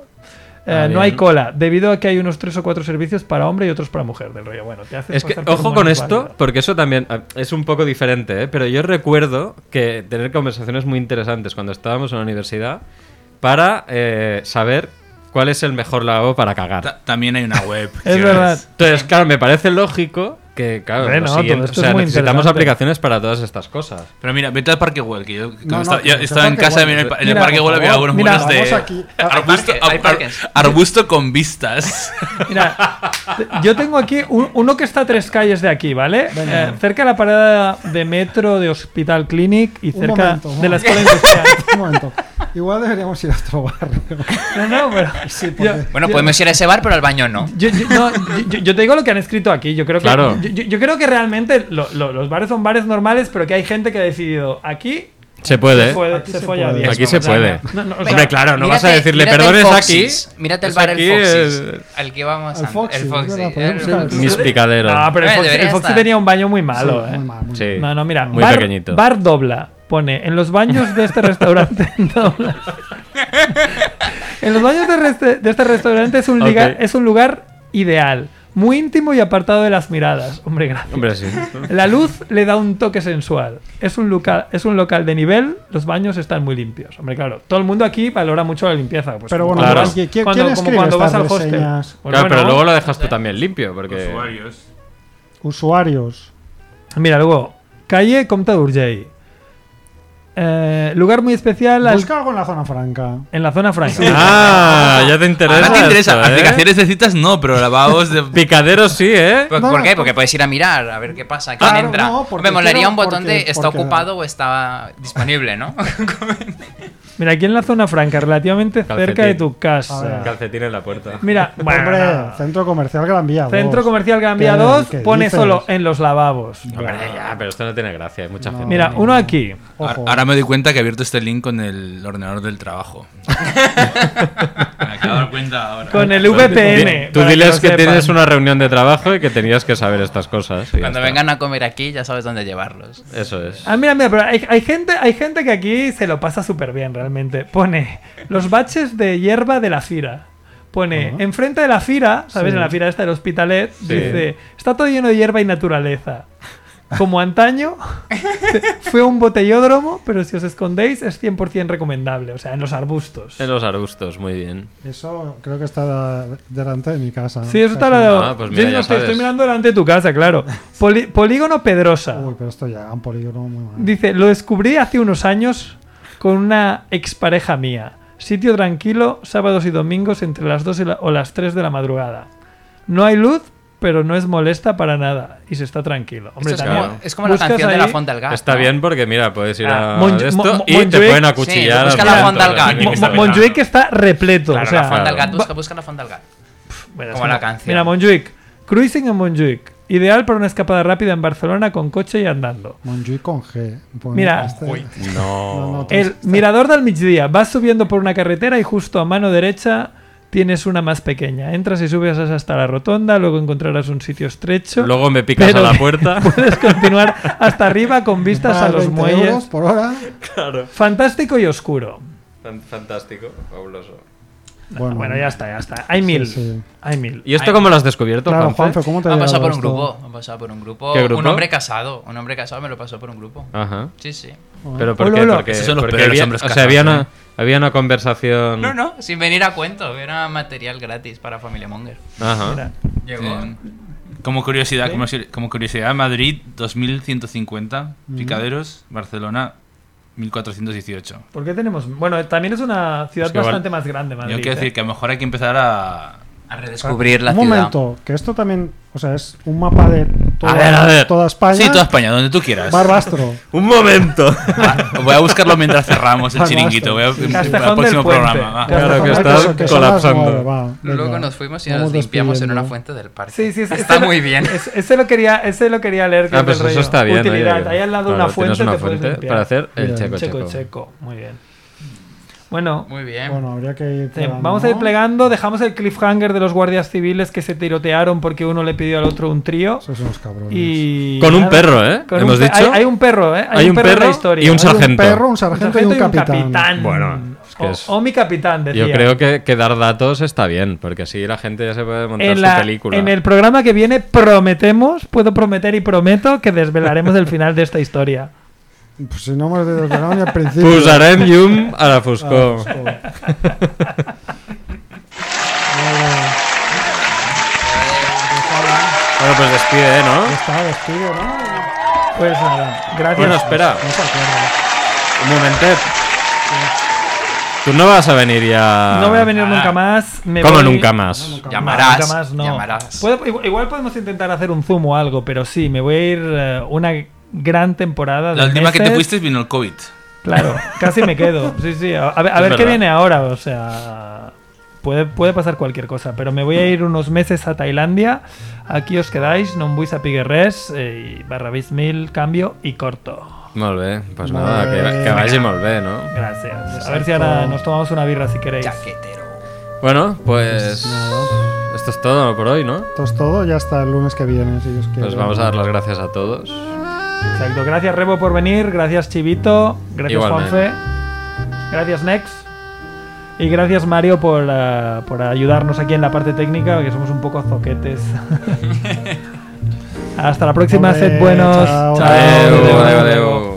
eh,
Ah,
no hay
bien.
cola, debido a que hay unos tres o cuatro servicios para hombre y otros para mujer del rollo. Bueno, te haces
Es que,
pasar por
ojo
un
con
minusválido.
esto, porque eso también ah, es un poco diferente, ¿eh? pero yo recuerdo que tener conversaciones muy interesantes cuando estábamos en la universidad para eh, saber cuál es el mejor lavabo para cagar.
Ta- También hay una web.
Es
pues,
que
verdad.
Entonces, claro, me parece lógico que, claro,
Hombre,
lo
no,
siguiente-
todo esto
o sea,
es muy
necesitamos
interesante.
aplicaciones para todas estas cosas.
Pero mira, vete al Parque Güell, que yo cuando
no,
estaba,
que
yo
no, que
estaba en
Parque
casa
Güell.
en el, pa- en el
Mira,
Parque
por
Güell había
favor,
algunos
mira,
buenos
vamos
de
aquí. Hay
arbusto,
parques, hay parques.
arbusto con vistas.
Mira, te- yo tengo aquí un- uno que está a tres calles de aquí, ¿vale? Eh, cerca de la parada de metro de Hospital Clinic y
Un
cerca
momento, un
de la
momento.
escuela industrial.
Un momento. Igual deberíamos ir a otro barrio.
No, no, pero.
porque-
yo-
Bueno,
pues
podemos ir a ese bar, pero al baño no.
Yo, yo- no, yo- yo te digo lo que han escrito aquí. Yo creo que,
Claro.
yo, yo- yo creo que realmente lo- lo- los bares son bares normales, pero que hay gente que ha decidido aquí
Se puede.
se, puede-
Aquí
se
se
folla
puede.
bien.
Aquí se
O sea,
puede.
no, no, o sea,
Hombre, claro, no vas a
Mírate-
decirle
mírate el
perdones aquí.
Foxys, Mírate el
Es
bar el
aquí,
Foxys.
eh,
Al que vamos
Al
a
Foxys,
el
es
Foxys.
verdad, podemos
el-
buscar el
Mis picaderos.
No, pero el
Eh,
Foxy,
debería
el Foxy
estar.
tenía un baño muy malo,
Sí,
¿eh?
muy mal, muy
Sí.
Ah, No, no, mira.
Muy
bar,
pequeñito.
Bar dobla. Pone, en los baños de este restaurante dobla. en los baños de, reste- de este restaurante es un, liga-
Ok.
es un lugar ideal. Muy íntimo y apartado de las miradas. Hombre, gracias.
Hombre, sí.
La luz le da un toque sensual. Es un, local, es un local de nivel, los baños están muy limpios. Hombre, claro, todo el mundo aquí valora mucho la limpieza. pues,
Pero
como
bueno,
Claro.
cuando-
¿quién- quién
cuando, como
escribe
cuando vas
estas
al hostel.
reseñas?
Pues
claro, pero
bueno,
luego lo dejas tú también limpio, porque...
Usuarios.
Usuarios.
Mira, luego, calle Comte d'Urgell. Eh, lugar muy especial al-
Busca algo en la zona franca.
en la zona franca.
Ah, ya te interesa.
Ahora te interesa,
esto, ¿eh?
aplicaciones de citas no, pero lavados de...
Picaderos sí, ¿eh?
¿Por,
No,
Pues, por
no,
qué?
por-
Porque puedes ir a mirar, a ver qué pasa, quién
Claro,
entra.
no, porque
Me molaría
quiero-
un botón de
porque-
está
porque-
ocupado o está disponible, ¿no?
Mira, aquí en la zona franca, relativamente cerca
Calcetín.
de tu
A
casa.
ver.
Calcetín en la puerta.
Mira, bueno,
Hombre,
nada.
centro comercial Gran Vía.
Centro
dos.
Comercial Gran Vía
¿Qué-
2
qué
pone
dices?
solo en los lavabos.
Hombre, ya, pero esto no tiene gracia, hay mucha gente.
Mira, uno aquí.
Ahora-
Ojo.
Ahora me doy cuenta que he abierto este link con el ordenador del trabajo. me acabo de dar cuenta ahora.
Con el
Di-
VPN.
Tú
para
diles
lo
que, tienes
sepan.
una reunión de trabajo y que tenías que saber estas cosas. y ya
Cuando
está.
vengan a comer aquí ya sabes dónde llevarlos.
Eso es.
Ah, mira, mira, pero hay, hay gente, hay gente que aquí se lo pasa súper bien realmente. Pone los baches de hierba de la fira. Pone, enfrente de la fira, ¿sabes? En la fira esta del hospitalet, dice, está todo lleno de hierba y naturaleza. Como antaño, fue un botellódromo, pero si os escondéis es 100% recomendable, o sea, en los arbustos.
En los arbustos, muy bien.
Eso creo que está delante de mi casa.
Sí, eso está
Casi.
al lado.
Ah, pues
Yo
mira,
no
ya
sé, estoy
sabes.
mirando delante de tu casa, claro. Poli- polígono Pedrosa.
Uy, pero esto ya, un polígono muy mal.
Dice, lo descubrí hace unos años con una expareja mía. Sitio tranquilo, sábados y domingos entre las 2 y la- o las 3 de la madrugada. No hay luz, pero no es molesta para nada y se está tranquilo. Hombre,
Esto es,
claro.
como, es como la
Buscas
canción de la
ahí-
Fonda del Gato.
Está
¿no?
bien porque, mira, puedes ir
Ah,
a
Monju-
de
Mo-
esto
Mo-
y te
Montjuic-
pueden acuchillar.
Sí, busca
al ¿eh?
la
momento,
Juan Talgán.
también, que
Mo-
está
Mo-
bien.
Monjuic está repleto.
Claro,
o sea,
la
Fonda
Fonda
del Gato,
va-
busca, busca la Fonda del Gato.
Bueno,
Como
es
la
una-
canción.
Mira, Montjuic. Cruising en Montjuic. Ideal para una escapada rápida en Barcelona con coche y andando.
Montjuic con G. Pon
Mira.
este-
No.
No, no, te-
El mirador del mediodía. Vas subiendo por una carretera y justo a mano derecha tienes una más pequeña. Entras y subes hasta la rotonda, luego encontrarás un sitio estrecho.
Luego me picas
Pero-
a la puerta.
Puedes continuar hasta arriba con vistas a
pagas
los
20
muelles.
euros por hora.
Fantástico y oscuro.
Fan- Fantástico, fabuloso.
Bueno,
Bueno, ya está, ya está. Hay mil.
sí.
Hay mil.
¿Y esto cómo lo has descubierto,
Claro,
¿eh?
Juanfe?
Juanfe, ¿cómo te
Ha pasado
llegado
por un
esto?
grupo, ha pasado por un grupo.
¿Qué grupo? Ah.
Un hombre casado, un hombre casado me lo pasó por un grupo.
Ajá.
Sí, sí.
Pero ¿por
Hola,
qué?
hola.
Porque,
Esos son los
porque
peores
había,
hombres
o sea, había
casados,
una, había una conversación.
No, no, sin venir a cuento, era material gratis para Familia Monger.
Ajá.
Mira.
Llegó.
Eh, Como curiosidad, como, si- como curiosidad, Madrid 2150, Picaderos, Barcelona 1418.
¿Por qué tenemos.? Bueno, también es una ciudad
Es que
bastante
val-
más grande, Madrid.
Yo quiero
¿eh?
decir que a lo mejor hay que empezar a...
A redescubrir la
un
ciudad.
momento, que esto también, o sea, es un mapa de toda,
A ver, a ver.
toda España.
Sí, toda España, donde tú quieras.
Barbastro.
Un momento.
Va, voy a buscarlo mientras cerramos el
Barbastro.
chiringuito. Voy a,
Sí.
para el
Castejón del
próximo
Puente.
programa. va.
Claro,
Barbastro,
que está
eso, son las
colapsando.
nueve, va,
Luego
venga.
nos fuimos y
Vamos
nos limpiamos en
despidiendo.
una fuente del parque.
Sí, sí, sí,
Está
ese-
muy bien.
es- Ese lo quería, ese lo quería leer. que
Ah,
es
pues
del
eso
rollo.
está bien.
Utilidad.
oye,
Ahí al lado de
claro,
una fuente.
tienes una
te puedes
fuente
limpiar.
para hacer el
Mira,
checo
checo, checo,
checo.
Muy bien. Bueno,
Muy bien.
Bueno, habría que ir.
te-
plegando,
vamos a ir
¿no?
plegando. Dejamos el cliffhanger de los guardias civiles que se tirotearon porque uno le pidió al otro un trío.
Esos son los cabrones.
Y
Con un
nada,
perro, ¿eh?
con un
Hemos
pe-
dicho.
Hay, hay un perro, ¿eh?
Hay un perro
en la historia. ¿eh?
y un
Hay Un
sargento.
perro, un sargento, y un capitán.
Bueno, es que
O-
es-
o, mi capitán, decía.
Yo creo que, que dar datos está bien, porque así la gente ya se puede montar
en,
su
la-
película.
en el programa que viene prometemos, puedo prometer y prometo que desvelaremos el final de esta historia.
Pues si no hemos desvelado ni al principio.
Posarem Pues llum a la foscor.
Ah.
Bueno, pues despide, ¿no?
Ya está, despido, ¿no?
Pues nada, gracias.
Bueno, espera.
No se acuerda.
Un momentet. Tú no vas a venir ya.
No voy a venir nunca más. me
Ah. ¿Cómo
voy-
nunca más?
Llamarás,
Nunca más, no.
llamarás.
Puedo- igual, igual podemos intentar hacer un zoom o algo, pero sí, me voy a ir eh, una gran temporada. De
La última
este
que te
meses.
fuiste vino el COVID.
Claro, casi me quedo. Sí, sí. A, a ver, a
Es
ver qué
verdad.
viene ahora. O sea, puede, puede pasar cualquier cosa. Pero me voy a ir unos meses a Tailandia. Aquí os quedáis. No vull saber res. Eh, i barra 20.000, cambio y corto.
Molt bé, pues nada, que,
Molt bé.
que vagi molt bé, no?
Gracias. A ver si ahora nos tomamos una birra si queréis.
Bueno, pues... Esto es todo por hoy, ¿no?
Esto es todo, ya hasta el lunes que viene, si Dios quiere.
Pues vamos a dar las gracias a todos.
Exacto. Gracias, Rebo, por venir. Gracias, Chivito. Gracias,
Igualmente.
Juanfe. Gracias, Nex. Y gracias, Mario, por, ah, por ayudarnos aquí en la parte técnica, que somos un poco zoquetes. Hasta la próxima,
Ole,
sed buenos.
chao.
Adeu,
adeu,
adeu.